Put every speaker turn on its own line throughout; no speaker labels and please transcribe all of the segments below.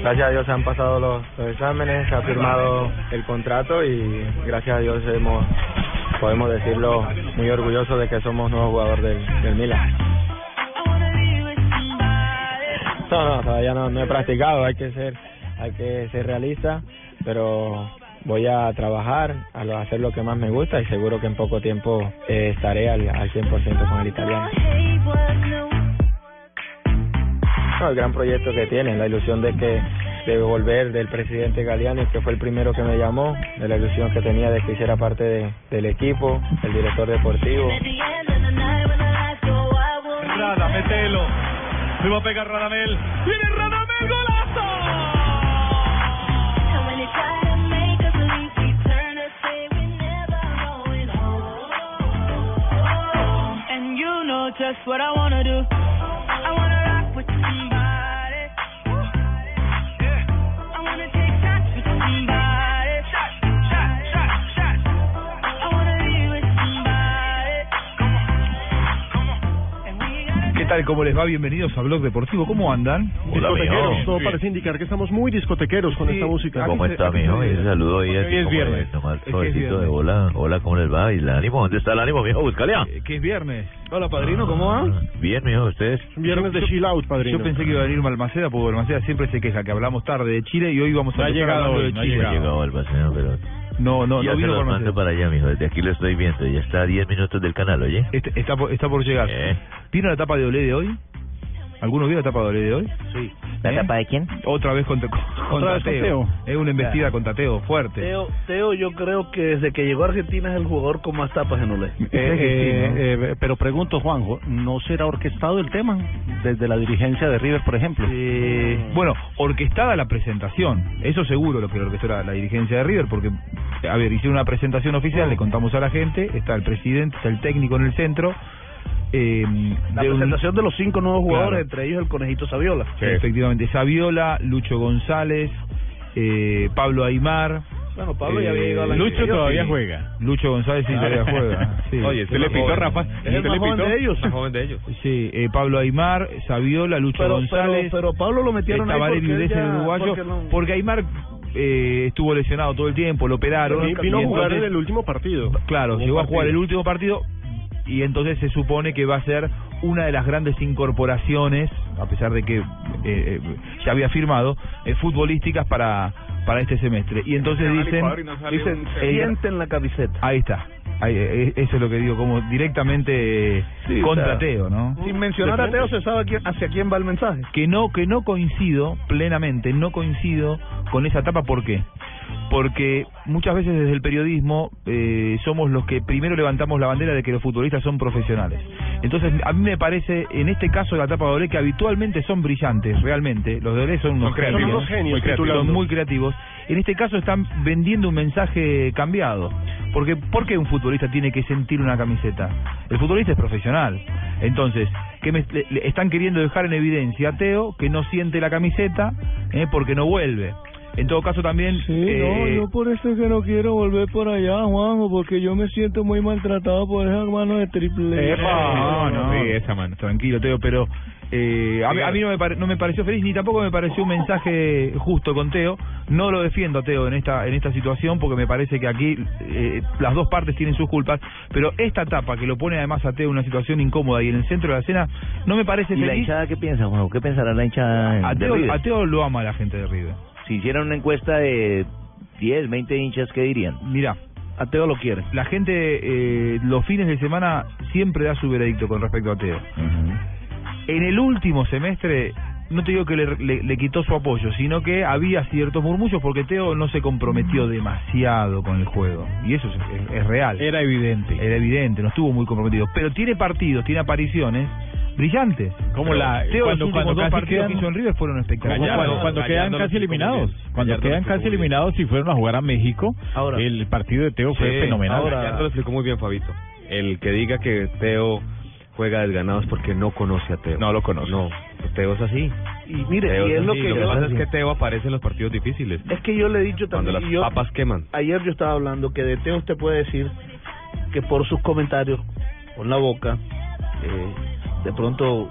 Gracias a Dios se han pasado los, los exámenes, se ha firmado el contrato y gracias a Dios hemos, podemos decirlo muy orgullosos de que somos nuevos jugadores del, del Milan. No, no, todavía no, no he practicado, hay que ser, hay que ser realista, pero voy a trabajar, a lo- hacer lo que más me gusta y seguro que en poco tiempo eh, estaré al, al 100% con el italiano. No, el gran proyecto que tienen, la ilusión de que de volver del presidente Galeani, que fue el primero que me llamó, de la ilusión que tenía de que hiciera parte de- del equipo, el director deportivo.
Rada, mételo. Le va a pegar Radamel. ¡Viene Radamel, golazo!
Just what I wanna do. I wanna rock with somebody. I wanna take shots with somebody. Shots, shots, shots, shots. I wanna be with somebody. Come on, come on. And we gotta
¿Qué tal? ¿Cómo les va? Bienvenidos a Blog Deportivo. ¿Cómo andan?
Discotequeros,
mijo.
todo
Bien.
parece indicar que estamos muy discotequeros con
Sí,
esta música.
aquí
¿Cómo se- es? Hoy
¿Cómo está, mijo? Y ese saludo ahí,
Hoy
así
es
como de-
viernes.
nomás
Es que es
suavecito de
viernes.
hola. Hola, ¿cómo les va? ¿Y el ánimo? ¿Dónde está el ánimo, mijo? Búscale ah.
Eh, Que es viernes. Hola, padrino, ¿cómo va?
Bien, mijo, ¿ustedes?
un Viernes de chill out, padrino.
Yo pensé que iba a venir Malmaceda, porque Malmaceda siempre se queja que hablamos tarde de Chile y hoy vamos a
No ha
empezar
llegado
hablando
hoy,
de
no
No
ha
he
Chile.
llegado al paseo, pero...
No, no,
ya
no
se
vino
los
Balmaceda.
mando para allá, mijo. Desde aquí lo estoy viendo. Ya está a 10 minutos del canal, ¿oye?
Este- está, por, está por llegar.
Eh.
¿Vino la tapa de Olé de hoy? ¿Alguno vio la tapa de Olé de hoy?
Sí.
¿La tapa de quién? Otra vez contra, con- contra
vez con
Teo.
Teo.
Es una embestida contra Teo, fuerte.
Teo, Teo, yo creo que desde que llegó a Argentina es el jugador con más tapas en Olé.
Eh, eh, eh, pero pregunto, Juanjo, ¿no será orquestado el tema desde la dirigencia de River, por ejemplo?
Eh, bueno, orquestada la presentación, eso seguro lo que orquestó la, la dirigencia de River, porque, a ver, hicieron una presentación oficial, le contamos a la gente, está el presidente, está el técnico en el centro. eh,
La
de un-
presentación de los cinco nuevos jugadores,
Claro.
entre ellos el conejito Saviola.
Efectivamente, Saviola, Lucho González, eh, Pablo Aymar.
Bueno, Pablo ya
eh,
había llegado a la Sí.
juega. Lucho González
Ah.
sí todavía juega. sí.
Es el más joven de ellos.
Sí, eh, Pablo Aymar, Saviola, Lucho
Pero, pero,
González.
pero Pablo lo metieron ahí
estaba
porque
Valerio
él
Iglesias,
ya-
el uruguayo, porque,
porque no-
Aymar eh, estuvo lesionado todo el tiempo, lo operaron.
Vi- vino
y
a jugar
entonces-
en el último partido.
Claro,
Hubo
llegó
un
a jugar el
partido.
último partido y entonces se supone que va a ser una de las grandes incorporaciones, a pesar de que eh, eh, ya había firmado, eh, futbolísticas para, para este semestre. Y entonces dicen,
Dicen,
el-
sienten la camiseta.
ahí está. Ahí, eh, eso es lo que digo, como directamente eh,
Sí,
contra
está.
Teo, ¿no?
Sin mencionar a Teo, se sabe a quién- hacia quién va el mensaje.
que no que no coincido plenamente, no coincido con esa etapa, ¿por qué? Porque muchas veces desde el periodismo eh, somos los que primero levantamos la bandera de que los futbolistas son profesionales. Entonces, a mí me parece, en este caso de la etapa de Olé, que habitualmente son brillantes, realmente. Los de Olé son unos
creativos,
genios,
unos genios,
muy creativos,
titulando.
son muy creativos. En este caso están vendiendo un mensaje cambiado. Porque, ¿Por qué un futbolista tiene que sentir una camiseta? El futbolista es profesional. Entonces, que me, le- le están queriendo dejar en evidencia a Teo que no siente la camiseta eh, porque no vuelve. En todo caso también... eh,
por eso es que no quiero volver por allá, Juanjo, porque yo me siento muy maltratado por esas manos de triple.
No, eh, no, Tranquilo, Teo, pero eh, a, mí, a mí no, me pare- no me pareció feliz ni tampoco me pareció un mensaje justo con Teo. No lo defiendo a Teo en esta, en esta situación porque me parece que aquí eh, las dos partes tienen sus culpas, pero esta etapa que lo pone además a Teo en una situación incómoda y en el centro de la escena no me parece
¿Y la
feliz.
hinchada qué piensa, Juan? ¿Qué pensará la hinchada
A
de
Teo, a
River?
Teo lo ama la gente de River.
Si hicieran una encuesta de 10, 20 hinchas, ¿qué dirían?
Mirá,
A Teo lo quiere.
la gente eh, los fines de semana siempre da su veredicto con respecto a Teo. en el último semestre, no te digo que le, le- le quitó su apoyo, sino que había ciertos murmullos porque Teo no se comprometió demasiado con el juego. Y eso es, es- es real. Era evidente. Era evidente, no estuvo muy comprometido. Pero tiene partidos, tiene apariciones brillantes.
Como la-
Teo, los
cuando-
últimos
cuando
dos
casi
partidos
quedan-
que hizo en River fueron espectaculares.
Como cuando, cuando quedan casi eliminados, cuando quedan casi eliminados y fueron a jugar a México, el partido de Teo fue
Sí,
fenomenal.
Ahora, Gallardo lo explicó muy bien, Fabito. El que diga que Teo juega desganado es porque no conoce a Teo. No lo conoce. No, Teo es así.
Y mire,
Teo
y es lo
así.
que
Lo
yo-
pasa es que Teo aparece en los partidos difíciles.
Es que yo le he dicho
Cuando
también.
las
y yo-
papas queman.
ayer yo estaba hablando que de Teo usted puede decir que por sus comentarios con la boca eh, de pronto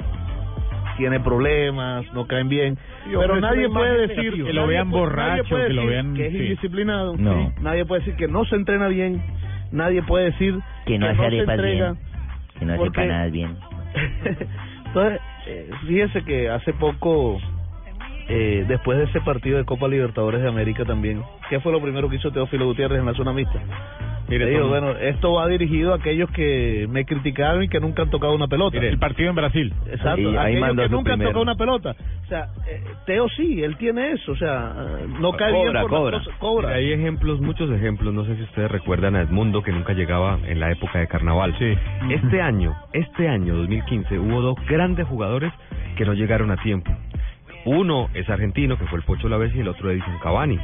tiene problemas, no caen bien,
Yo
pero
ofrezco
nadie
una
puede
imagen
decir
negativa. Que lo
nadie
vean
puede- nadie
borracho,
puede
que lo
decir
vean,
que es
sí.
indisciplinado,
No.
sí. nadie puede decir que no se entrena bien, nadie puede decir
Que no hace
se
arepas bien.
entrega,
Que no hace
Porque-
empanadas bien.
entonces, eh, fíjese que hace poco, eh, después de ese partido de Copa Libertadores de América también, ¿qué fue lo primero que hizo Teófilo Gutiérrez en la zona mixta?
Mire,
Le digo,
Tom.
bueno, esto va dirigido a aquellos que me criticaron y que nunca han tocado una pelota.
Mire, el
partido en Brasil.
Exacto,
Ahí- ahí
aquellos
mandó
que
su
nunca han
primer-
tocado una pelota. O sea, eh, Teo sí, él tiene eso, o sea, eh, no cae bien
cobra,
por las
cobra.
cosas- cobra.
Hay ejemplos, muchos ejemplos. No sé si ustedes recuerdan a Edmundo que nunca llegaba en la época de carnaval. Este año, este año 2015, hubo dos grandes jugadores que no llegaron a tiempo. Uno es argentino, que fue el Pocho Laves, y el otro Edison Cavani.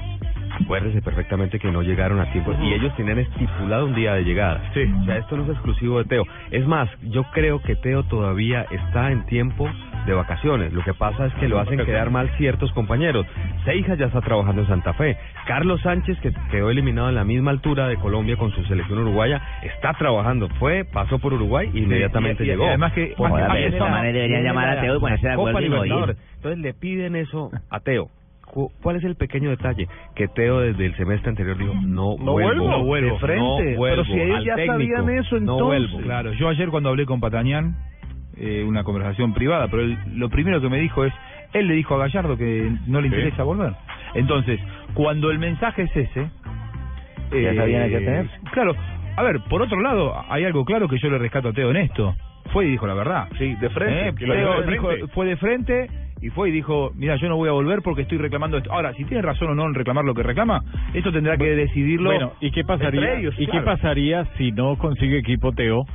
Acuérdese perfectamente que no llegaron a tiempo
Ujú.
y ellos tenían estipulado un día de llegada. Sí. O sea, esto no es exclusivo de Teo. Es más, yo creo que Teo todavía está en tiempo de vacaciones. Lo que pasa es que lo hacen
Vacaciones.
quedar mal ciertos compañeros. Seijas ya está trabajando en Santa Fe. Carlos Sánchez, que quedó eliminado en la misma altura de Colombia con su selección uruguaya, está trabajando. Fue, pasó por Uruguay e inmediatamente
y- y
llegó.
además que-
Por-
además que
viene
estos
la-
manes deberían
viene
llamar a
la-
Teo y ponerse de
Copa
acuerdo y morir.
Libertadores. Entonces le piden eso a Teo. Cu- ¿Cuál es el pequeño detalle? Que Teo desde el semestre anterior dijo, no, vuelvo,
No vuelvo,
no
de
vuelvo,
frente.
no vuelvo,
Pero si ellos
al
ya
técnico,
sabían eso,
No vuelvo.
Claro, yo ayer cuando hablé con Patañán, eh, una conversación privada, pero él- lo primero que me dijo es, él le dijo a Gallardo que no le
Sí.
interesa volver. Entonces, cuando el mensaje es ese... eh,
Ya sabían a qué atenerse.
Claro, a ver, por otro lado, hay algo claro que yo le rescato a Teo en esto. Fue y dijo la verdad. Sí, de
frente, que lo dijo de frente.
fue de frente y fue y dijo, mira, yo no voy a volver porque estoy reclamando esto. Ahora, si tiene razón o no en reclamar lo que reclama, esto tendrá que decidirlo.
Bueno, ¿y qué pasaría?
entre ellos,
¿Y qué
claro.
pasaría si no consigue equipo Teo?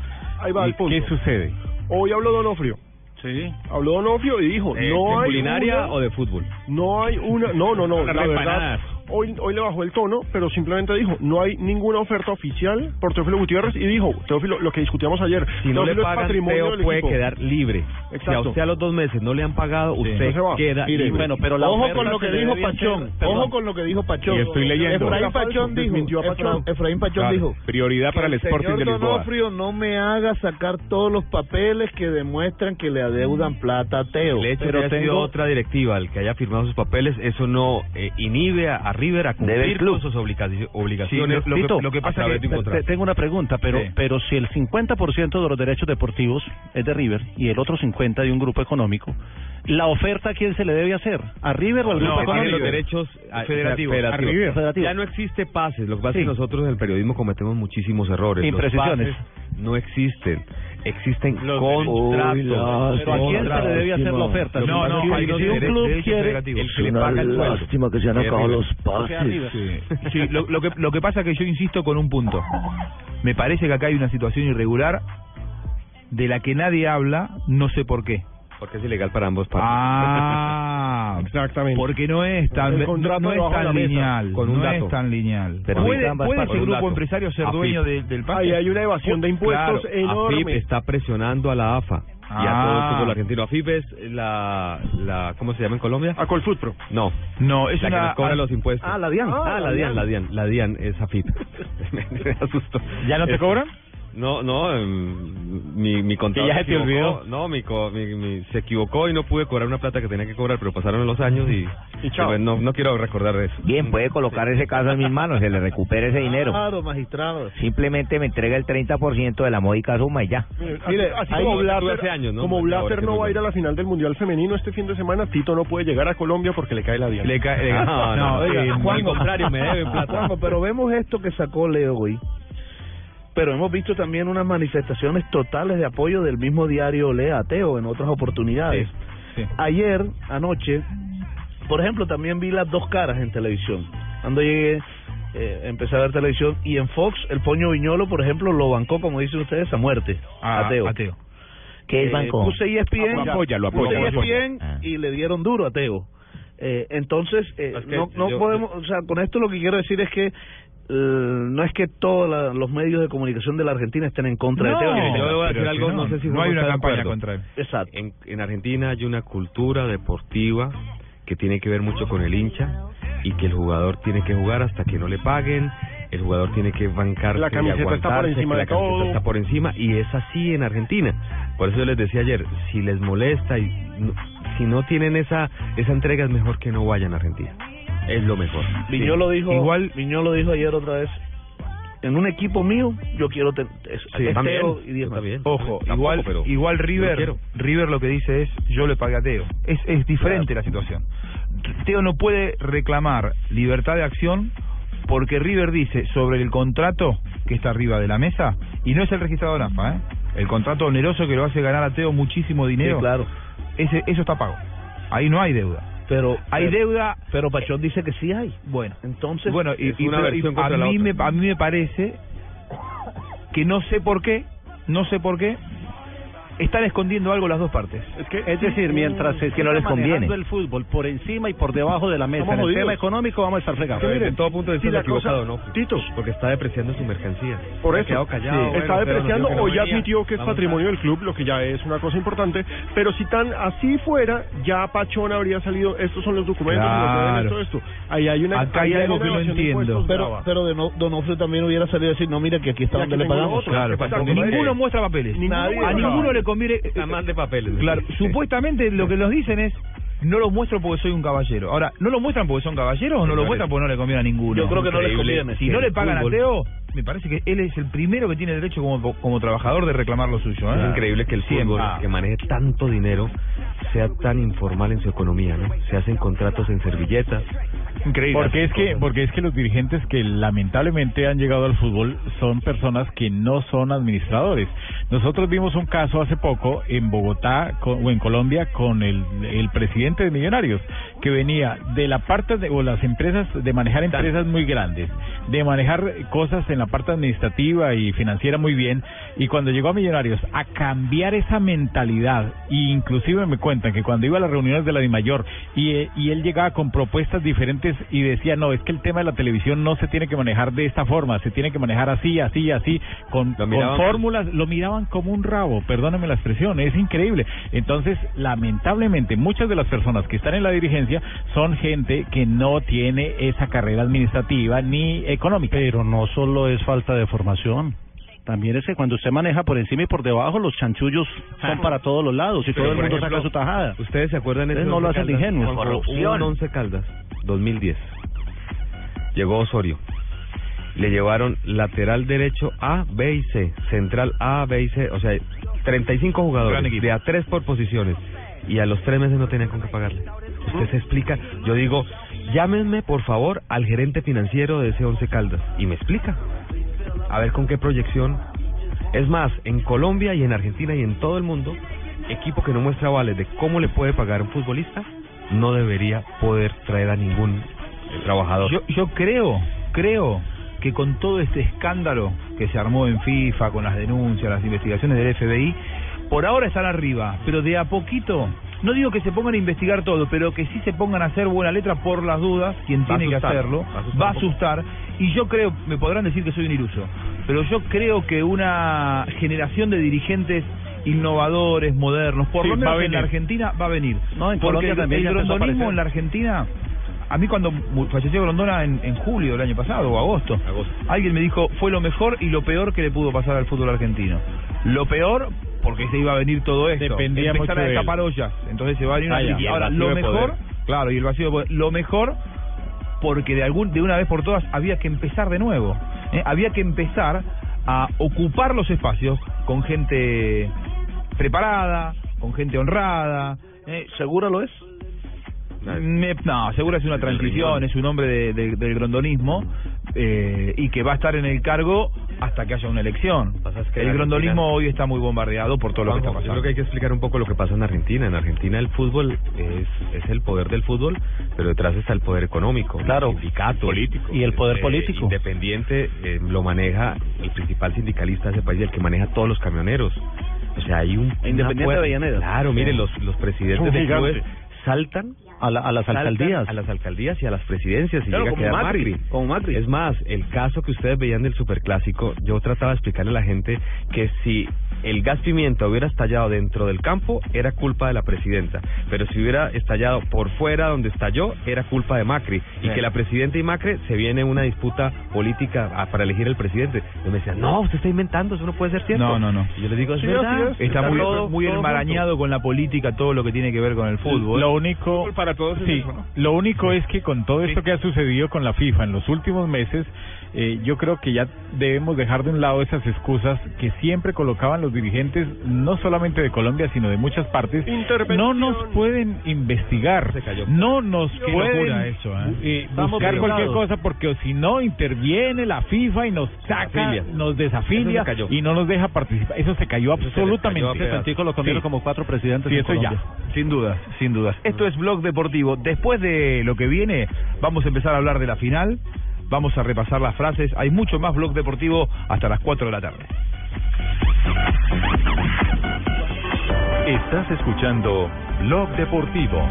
Ahí va
¿Y
el punto.
¿Qué sucede?
Hoy habló Donofrio. Sí. Habló Donofrio y dijo,
Eh,
no
¿De
hay
culinaria
una-
o de fútbol?
No hay una, no, no, no,
Las
la verdad.
empanadas.
Hoy, hoy le bajó el tono, pero simplemente dijo, no hay ninguna oferta oficial por Teófilo Gutiérrez y dijo, Teófilo, lo que discutíamos ayer,
Si no le
Teófilo es
pagan,
patrimonio
Teo
del
puede
equipo.
quedar libre. Si a
Exacto.
usted a los dos meses no le han pagado, usted
Entonces va.
queda
Mire,
libre.
bueno, pero la
Ojo
oferta
con lo que
se le
dijo
debe
Pachón.
hacer-
Ojo
perdón.
con lo que dijo Pachón.
Y estoy leyendo.
Efraín
Falso,
Pachón dijo.
desmintió a
Efra-
Pachón.
Efraín Pachón
Claro,
Pues dijo.
prioridad para
que
el Sporting
señor
de Lisboa.
Donofrio no me haga sacar todos los papeles que demuestran que le
Mm.
adeudan plata a Teo.
El hecho de
Pero
que haya sido
tengo-
otra directiva el que haya firmado sus papeles, eso no eh, inhibe a, a River a
Debe el
cumplir
club.
con sus obligaci-
Sí,
obligaciones
lo- lo que- lo que
a
pasa
través
es
de
que
un
te-
contrato.
te- tengo una pregunta, pero
Sí.
pero si el 50% de los derechos deportivos es de River y el otro 50 de un grupo económico, la oferta a quién se le debe hacer? ¿A River o al grupo
No, tiene
económico?
los derechos ah,
Federativo.
federativos.
Arriba. Federativo.
Ya no existe pases. Lo que pasa es
Sí.
que nosotros en el periodismo cometemos muchísimos errores. Los
Imprecisiones.
pases no existen. Existen
derechos.
contratos.
Uy, lástima. Pero ¿a quién se le debe hacer la oferta?
Lo que
No,
pasa
no,
es que
hay
los
si un
derechos-
club
derechos
quiere-
federativos,
Es
el que le
una
paga el sueldo.
lástima que se han acabado
River.
los pases.
Sí, sí, lo, lo que, lo que pasa que yo insisto con un punto. Me parece que acá hay una situación irregular de la que nadie habla, no sé por qué.
Porque es ilegal para ambos partes.
Ah, exactamente. Porque no es tan,
El
no,
contrato
no es
debajo de la
tan
mesa,
lineal.
con un
no
dato.
es tan lineal.
Pero
¿Puede,
ambas
puede
partes. Con
ese
un
grupo
dato.
empresario ser
AFIP.
dueño de- del pase?
Ahí hay una evasión de impuestos
Claro, AFIP
enorme.
está presionando a la AFA y a
Ah.
todo el fútbol argentino. AFIP es la, la ¿cómo se llama en Colombia? A Colfutro. No.
No, es
la
una-
que nos cobra
ah,
los impuestos.
ah, la DIAN.
Ah, la DIAN, la DIAN, la DIAN es AFIP. me, me asustó. ¿Ya no
Este,
te cobran? No, no, em, mi, mi contador
Que ya se te
equivocó.
olvidó.
No, mi, co- mi- mi- se equivocó y no pude cobrar una plata que tenía que cobrar, pero pasaron los años y, pues, no, no quiero recordar eso.
Bien, puede colocar ese caso en mis manos, se le recupera ese dinero.
Claro, magistrado.
Simplemente me entrega el 30% de la módica suma y ya.
Eh, Mire,
Así
así
como
como
Blatter-
Blatter, como
Ahora
Blatter
que
no
muy
va a ir a
bueno.
la final del Mundial Femenino este fin de semana, Tito no puede llegar a Colombia porque le cae la diana.
Le cae- le- no, no,
oiga,
sí,
Juanjo,
al contrario, me deben plata.
Juanjo, pero vemos esto que sacó Leo hoy. Pero hemos visto también unas manifestaciones totales de apoyo del mismo diario Lea Ateo en otras oportunidades. Ayer, anoche, por ejemplo, también vi las dos caras en televisión. Cuando llegué, eh, empecé a ver televisión y en Fox, el Poño Viñolo, por ejemplo, lo bancó, como dicen ustedes, a muerte.
Ah,
ateo.
ateo.
¿Qué es
Eh,
Banco?
Puse ESPN,
Lo
pues
apoya, lo apoya,
puse E
lo apoya.
ESPN
Ah.
y le dieron duro a Teo. Eh, entonces, eh,
Es que
no, no
yo-
podemos, o sea, con esto lo que quiero decir es que eh, no es que todos la- los medios de comunicación de la Argentina estén en contra de Teo.
Mire,
Pero si
Juanma está de acuerdo.
Exacto.
En, en Argentina hay una cultura deportiva que tiene que ver mucho con el hincha y que el jugador tiene que jugar hasta que no le paguen. El jugador tiene que bancarse
La camiseta
y
está por
aguantarse, que
encima
la
de
camiseta
todo.
está por encima y es así en Argentina. Por eso yo les decía ayer, si les molesta y no- si no tienen esa esa entrega es mejor que no vayan a Argentina. Es lo mejor.
Viñó lo dijo,
Igual
igual, Viñó lo dijo ayer otra vez. En un equipo mío, yo quiero tener
también,
y Diego.
Ojo, igual, igual River, River lo que dice es yo le pagué a Teo. Es, es diferente la situación. Teo no puede reclamar libertad de acción porque River dice sobre el contrato que está arriba de la mesa y no es el registrado de la AFA, ¿eh? El contrato oneroso que lo hace ganar a Teo muchísimo dinero.
Sí, claro.
Ese, eso está pago. Ahí no hay deuda.
Pero
hay
pero-
deuda.
Pero Pachón dice que sí hay.
Bueno,
entonces
Bueno, y, y- pero- y a, mí me, a mí me parece que no sé por qué, no sé por qué, están escondiendo algo las dos partes.
Es, decir, mientras se
que no les
siga
conviene.
manejando el fútbol por encima y por debajo de la mesa,
Estamos
en el
jodidos.
tema económico vamos a estar fregados.
Pero en todo punto de vista
Si
está
la cosa-
equivocado, ¿no? Tito. Porque está depreciando su mercancía.
Por
Se ha
eso,
quedado callado,
sí.
bueno,
está
pero nos
depreciando
dijo
o
que no
ya
venía.
admitió que es
Vamos a-
patrimonio del club, lo que ya es una cosa importante, pero si tan así fuera, ya Pachón habría salido, estos son los documentos,
Claro.
esto, esto, esto. Ahí hay una...
Acá
ahí
hay
hay
algo
una
que no
evasión de
entiendo.
impuestos
Pero,
brava.
pero de no- Donofrio también hubiera salido a decir, no, mira que aquí está
Y
donde
aquí
le
ninguno
pagamos.
otro. Exacto. Ninguno muestra papeles.
Nadie
a
muestra
ninguno
papeles.
le conviene.
más de papeles.
Claro, supuestamente lo que nos dicen es. No los muestro porque soy un caballero. Ahora, ¿no lo muestran porque son caballeros o no lo
Señores,
muestran porque no le conviene a ninguno?
yo creo que no les
Increíble.
conviene.
Si no
El
le pagan
fútbol-
a Teo, me parece que él es el primero que tiene derecho como, como trabajador de reclamar lo suyo.
Ah.
¿eh?
Es increíble que el
Siempre.
fútbol
Ah.
que maneje tanto dinero sea tan informal en su economía, ¿no? Se hacen contratos en servilletas. Increíble.
Porque es que porque es que los dirigentes que lamentablemente han llegado al fútbol son personas que no son administradores. Nosotros vimos un caso hace poco en Bogotá con- o en Colombia con el, el presidente de Millonarios que venía de la parte de o las empresas de manejar empresas muy grandes, de manejar cosas en la parte administrativa y financiera muy bien y cuando llegó a Millonarios a cambiar esa mentalidad e inclusive me cuentan que cuando iba a las reuniones de la DIMAYOR y, eh, y él llegaba con propuestas diferentes y decía no es que el tema de la televisión no se tiene que manejar de esta forma se tiene que manejar así así así con, con
miraban-
fórmulas lo miraban como un rabo perdónenme la expresión es increíble entonces lamentablemente muchas de las personas que están en la dirigencia son gente que no tiene esa carrera administrativa ni económica
Pero no solo es falta de formación. También es que cuando usted maneja por encima y por debajo, los chanchullos son para todos los lados y
Pero,
todo el
por
mundo
ejemplo,
saca su tajada.
¿Ustedes se acuerdan
Ustedes
ese
no lo
Once
hacen de
Caldas?
ingenuos.
Cuando hubo un
Corrupción.
Once Caldas, 2010. Llegó Osorio. Le llevaron lateral derecho A, B y C. Central A, B y C. O sea, 35
Gran
jugadores.
equipo.
De a 3 por posiciones. Y a los 3 meses no tenían con qué pagarle. Usted se explica. Yo digo, llámenme por favor al gerente financiero de ese Once Caldas. Y me explica. A ver con qué proyección. Es más, en Colombia y en Argentina y en todo el mundo equipo que no muestra vales de cómo le puede pagar un futbolista no debería poder traer a ningún eh, trabajador.
Yo, yo creo, creo que con todo este escándalo que se armó en FIFA, con las denuncias, las investigaciones del FBI, por ahora están arriba, pero de a poquito, no digo que se pongan a investigar todo, pero que sí se pongan a hacer buena letra por las dudas, quien
Va a
tiene que
asustar,
hacerlo,
va a asustar
va a
un poco.
asustar, y yo creo, me podrán decir que soy un iluso, pero yo creo que una generación de dirigentes innovadores, modernos, por
Sí,
lo
va a
menos en
venir.
la Argentina va a venir.
No, en
Porque
Colombia
el,
también
el
ya empezó a
grondonismo
aparecer.
en la Argentina a mí cuando mu- falleció Grondona en, en julio del año pasado o agosto, alguien me dijo fue lo mejor y lo peor que le pudo pasar al fútbol argentino. Lo peor porque se iba a venir todo esto,
Dependía
empezar
mucho
a
de él.
destapar ollas, entonces se va a venir una
Ah, ya.
crisis.
Y el
Ahora
vacío
lo
de
mejor,
poder.
claro, y el vacío de poder. lo mejor porque de algún de una vez por todas había que empezar de nuevo, ¿eh? había que empezar a ocupar los espacios con gente preparada, con gente honrada. ¿eh?
¿Segura lo es?
no, segura es una transición, es un hombre de- de- del grondonismo eh, y que va a estar en el cargo hasta que haya una elección.
que
el
la Argentina-
grondonismo hoy está muy bombardeado por todo lo que está
Juanjo, Yo creo
pasando.
que hay que explicar un poco lo que pasa en Argentina. En Argentina el fútbol es, es el poder del fútbol, pero detrás está el poder económico, claro, sindicato, político eh, y el poder político. Independiente eh, lo maneja el principal sindicalista de ese país, el que maneja todos los camioneros. O sea, hay un... una
Independiente
fuerza-
de Avellaneda.
Claro, mire, los, los presidentes
Son
de
gigantes.
clubes saltan
A la- a las
saltan
alcaldías.
a las alcaldías y a las presidencias y
Claro,
llega a
como
quedar
Macri,
Como Macri. Es más, el caso que ustedes veían del superclásico, yo trataba de explicarle a la gente que si el gas pimienta hubiera estallado dentro del campo, era culpa de la presidenta. Pero si hubiera estallado por fuera donde estalló, era culpa de Macri. Y
Sí.
que la presidenta y Macri se viene una disputa política a- para elegir el presidente. Yo me decía, no, usted está inventando, eso no puede ser cierto.
No, no, no.
Y yo le digo, es
Sí, así
verdad.
es. Está muy,
todo-
muy
todo
enmarañado con la política, todo lo que tiene que ver con el fútbol.
Lo único-
Fútbol para todos es
Sí,
eso, ¿no?
lo único es que con todo esto que ha sucedido con la FIFA en los últimos meses, eh, yo creo que ya debemos dejar de un lado esas excusas que siempre colocaban los dirigentes, no solamente de Colombia, sino de muchas partes. No nos pueden investigar, no nos
Qué
pueden
locura eso, ¿eh?
eh,
Estamos
buscar cualquier
pegados.
cosa, porque si no interviene la FIFA y nos saca,
Desafilia.
nos desafilia
Eso se cayó.
y no nos deja participar. Eso se cayó absolutamente.
Hace tantico lo
Sí.
comieron como
cuatro presidentes.
en Colombia. Sin dudas, sin dudas. Esto es Blog Deportivo. Después de lo que viene, vamos a empezar a hablar de la final. Vamos a repasar las frases. Hay mucho más Blog Deportivo hasta las 4 de la tarde.
Estás escuchando Blog Deportivo.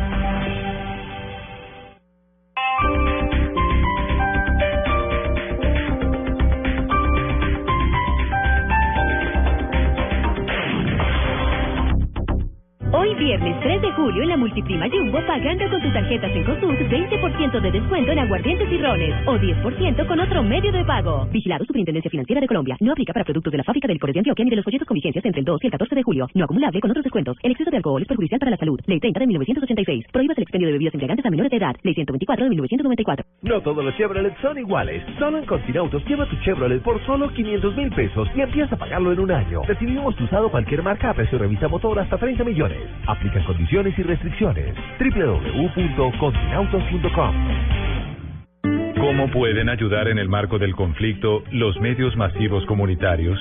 Hoy viernes 3 de julio en la Multiprima Jumbo pagando con tus tarjetas en Cosur 20% de descuento en aguardientes y rones o 10% con otro medio de pago. Vigilado Superintendencia Financiera de Colombia. No aplica para productos de la fábrica del Licores de Antioquia ni de los folletos con vigencias entre el 2 y el 14 de julio. No acumulable con otros descuentos. El exceso de alcohol es perjudicial para la salud. Ley 30 de 1986. Prohíbas el expendio de bebidas embriagantes a menores de edad. Ley 124 de 1994.
No todos los Chevrolet son iguales. Solo en Continautos lleva tu Chevrolet por solo 500 mil pesos y empieza a pagarlo en un año. Recibimos tu usado cualquier marca a precio revisa motor hasta 30 millones. Aplican condiciones y restricciones. www.continautos.com
¿Cómo pueden ayudar en el marco del conflicto los medios masivos comunitarios?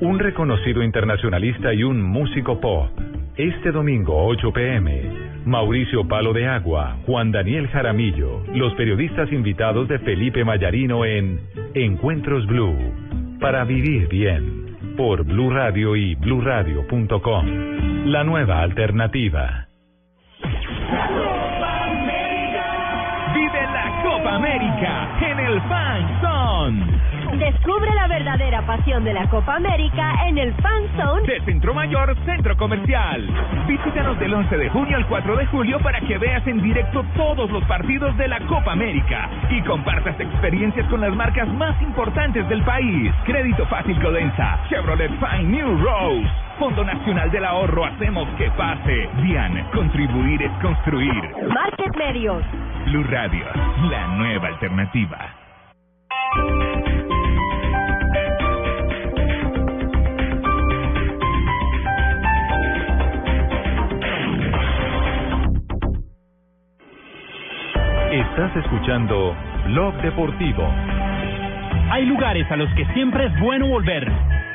Un reconocido internacionalista y un músico pop. Este domingo, 8 pm, Mauricio Palo de Agua, Juan Daniel Jaramillo, los periodistas invitados de Felipe Mayarino en Encuentros Blue, para vivir bien, por Blue Radio y bluradio.com. La nueva alternativa.
Vive la Copa América en el Fan Zone.
Descubre la verdadera pasión de la Copa América en el Fan Zone.
De Centro Mayor, Centro Comercial. Visítanos del 11 de junio al 4 de julio para que veas en directo todos los partidos de la Copa América y compartas experiencias con las marcas más importantes del país. Crédito Fácil Codensa, Chevrolet Fine New Rose, Fondo Nacional del Ahorro, hacemos que pase. DIAN, contribuir es construir.
Market Medios.
Blue Radio, la nueva alternativa.
Estás escuchando Blog Deportivo.
Hay lugares a los que siempre es bueno volver.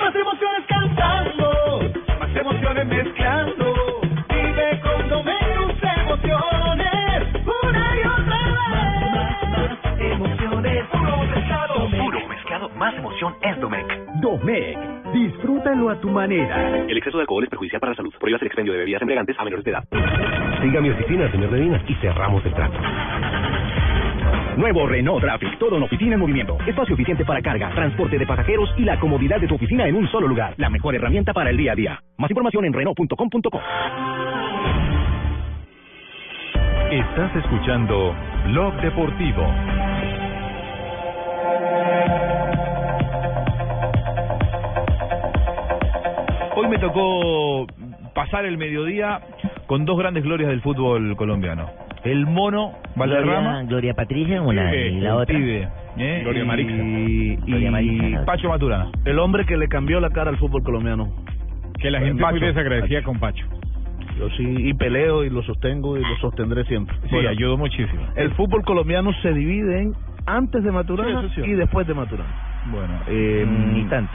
Más emociones cantando, más emociones mezclando. Vive con menos emociones, una y otra vez. Más, emociones, puro pescado.
Puro mezclado, más emoción es Domec.
Domec, disfrútalo a tu manera.
El exceso de alcohol es perjudicial para la salud. Prohíbas el expendio de bebidas embriagantes a menores de edad.
Siga mi oficina, señor Medina, y cerramos el trato. Nuevo Renault Traffic, todo en oficina en movimiento. Espacio eficiente para carga, transporte de pasajeros y la comodidad de tu oficina en un solo lugar. La mejor herramienta para el día a día. Más información en Renault.com.co.
Estás escuchando Blog Deportivo.
hoy me tocó pasar el mediodía con dos grandes glorias del fútbol colombiano. El mono Valderrama.
Gloria, Gloria Patricia o la,
Pibe,
y la
el
otra.
pibe, ¿eh?
Gloria
Y-
Marixa.
Y,
Gloria Marixa, la otra.
Pacho Maturana.
El hombre que le cambió la cara al fútbol colombiano.
Que la gente es muy desagradecida con Pacho.
Yo sí, y peleo y lo sostengo y lo sostendré siempre.
Sí,
Bueno,
ayudó muchísimo.
el fútbol colombiano se divide en antes de Maturana
Sí, eso sí.
y después de Maturana.
Bueno, eh,
Ni
tanto.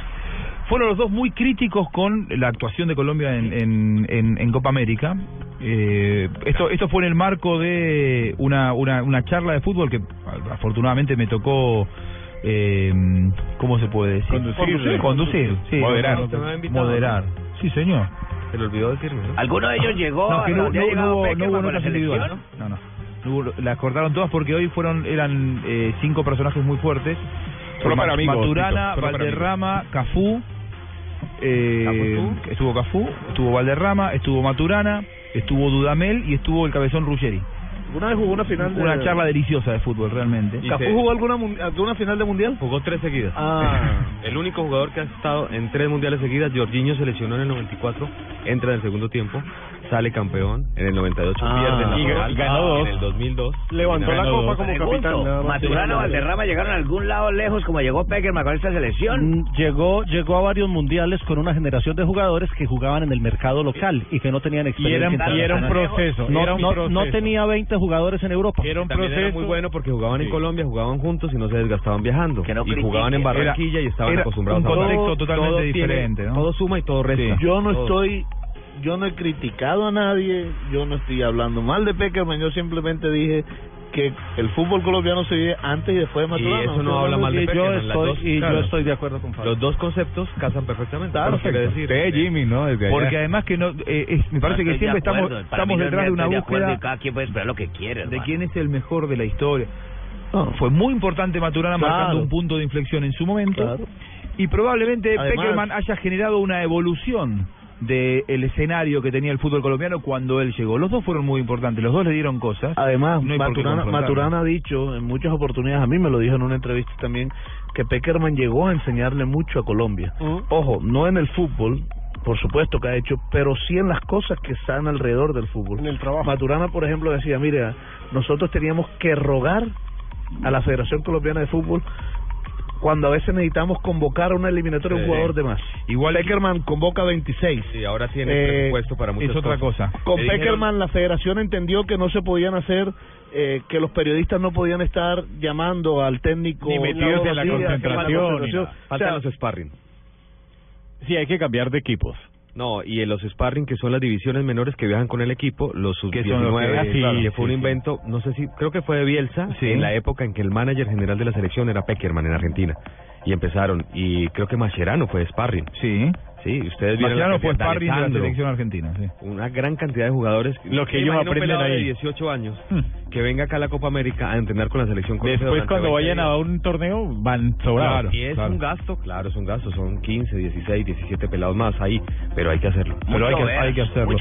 Fueron los dos muy críticos con la actuación de Colombia en, en, en- en Copa América. Eh, esto esto fue en el marco de una, una, una charla de fútbol que a- afortunadamente me tocó, eh, ¿cómo se puede decir?
Conducir.
Conducir, sí.
Moderar.
Usted me había invitado.
Moderar.
Sí, señor.
Se le olvidó decirme. ¿no?
¿Alguno de ellos llegó? No, que no- no- no hubo- no hubo notas individuales,
¿no?
No, no. No hubo- Las cortaron todas porque hoy fueron eran eh, cinco personajes muy fuertes.
Solo para amigos,
Maturana,
Tito, solo para
Valderrama, Cafú. eh, estuvo Cafú, estuvo Valderrama, estuvo Maturana, estuvo Dudamel y estuvo el cabezón Ruggeri.
¿Alguna vez jugó una final de...
Una charla deliciosa de fútbol, realmente.
¿Cafú jugó alguna, mun- alguna final de mundial?
Jugó tres seguidas.
Ah.
El único jugador que ha estado en tres mundiales seguidas, Jorginho se lesionó en el 94, entra en el segundo tiempo, sale campeón en el 98,
Ah.
pierde en la
Y ga-
final,
ganó dos.
en el 2002.
Levantó la
ganó
copa
dos.
como
Pregunto,
capitán.
Maturana,
Maturana,
Valderrama,
Valderrama llegaron a algún lado lejos como llegó Peckerman con esta selección.
Mm, Llegó, llegó a varios mundiales con una generación de jugadores que jugaban en el mercado local y que no tenían experiencia.
era- y era un
internacional.
proceso,
No,
era un
no-
proceso.
no tenía 20 jugadores en Europa.
Era un
También era muy bueno porque jugaban en Colombia, jugaban juntos y no se desgastaban viajando. y
critiquen.
jugaban en Barranquilla y estaban
Era- era
acostumbrados
un
a jugar.
contexto totalmente
Todo tiene-
diferente, ¿no?
Todo suma y todo resta.
Yo no
Todo.
estoy, yo no he criticado a nadie, yo no estoy hablando mal de Peckerman, yo simplemente dije que el fútbol colombiano se vive antes y después de Maturana.
eso no
Estoy
habla
hablando
mal de
que yo
Peckerman, las
estoy-
dos-
y
claro.
yo estoy de acuerdo con Fabio.
Los dos conceptos casan perfectamente.
Claro,
Eso quiere decir.
Usted, Jimmy, ¿no? Desde allá.
Porque además que no, eh, es- me parece
No estoy
que
de
siempre estamos,
acuerdo, para mí
estamos
no
detrás de una
estoy acuerdo
búsqueda
y cada quien puede esperar lo que quiere.
de
hermano.
quién es el mejor de la historia. No, fue muy importante Maturana
Claro.
marcando un punto de inflexión en su momento. Y probablemente
Además-
Peckerman haya generado una evolución del escenario que tenía el fútbol colombiano cuando él llegó. Los dos fueron muy importantes, los dos le dieron cosas.
Además,
No hay por qué
Maturana,
confrontarlo.
Maturana ha dicho en muchas oportunidades, a mí me lo dijo en una entrevista también, que Peckerman llegó a enseñarle mucho a Colombia.
Mm.
Ojo, no en el fútbol, por supuesto que ha hecho, pero sí en las cosas que están alrededor del fútbol. En el trabajo. Maturana, por ejemplo, decía, mira, nosotros teníamos que rogar a la Federación Colombiana de Fútbol cuando a veces necesitamos convocar a una eliminatoria un
Sí.
jugador de más.
Igual
Peckerman convoca 26.
Sí, ahora tiene
Eh,
presupuesto para muchas
es otra
cosas.
Con
Le dijeron-
Peckerman la federación entendió que no se podían hacer, eh, que los periodistas no podían estar llamando al técnico.
Ni metidos en la
Sí,
concentración,
en la
ni nada.
O
Faltan
sea,
los sparring.
Sí, hay que cambiar de equipos.
No, y en los sparring, que son las divisiones menores que viajan con el equipo, los
Que son los que-
sub-19,
Ah, sí,
claro, que
sí,
fue un
sí.
invento, no sé si, creo que fue de Bielsa, en la época en que el manager general de la selección era Peckerman en Argentina. Y empezaron, y creo que Mascherano fue sparring.
Sí.
Sí, ustedes vieron la
Mascherano fue
cantidad-
sparring de la
D'Alessandro,
selección argentina. sí.
Una gran cantidad de jugadores.
Lo que
Me imagino
ellos
un
aprenden
pelado de
ahí.
18 años, que venga acá a la Copa América a entrenar con la selección Colombia
Después,
durante
cuando
20
vayan
días.
a un torneo, van sobrados.
Claro, y es un gasto, claro, es un gasto, son 15, 16, 17 pelados más ahí, pero hay que hacerlo.
Pero hay que, hay que hacerlo.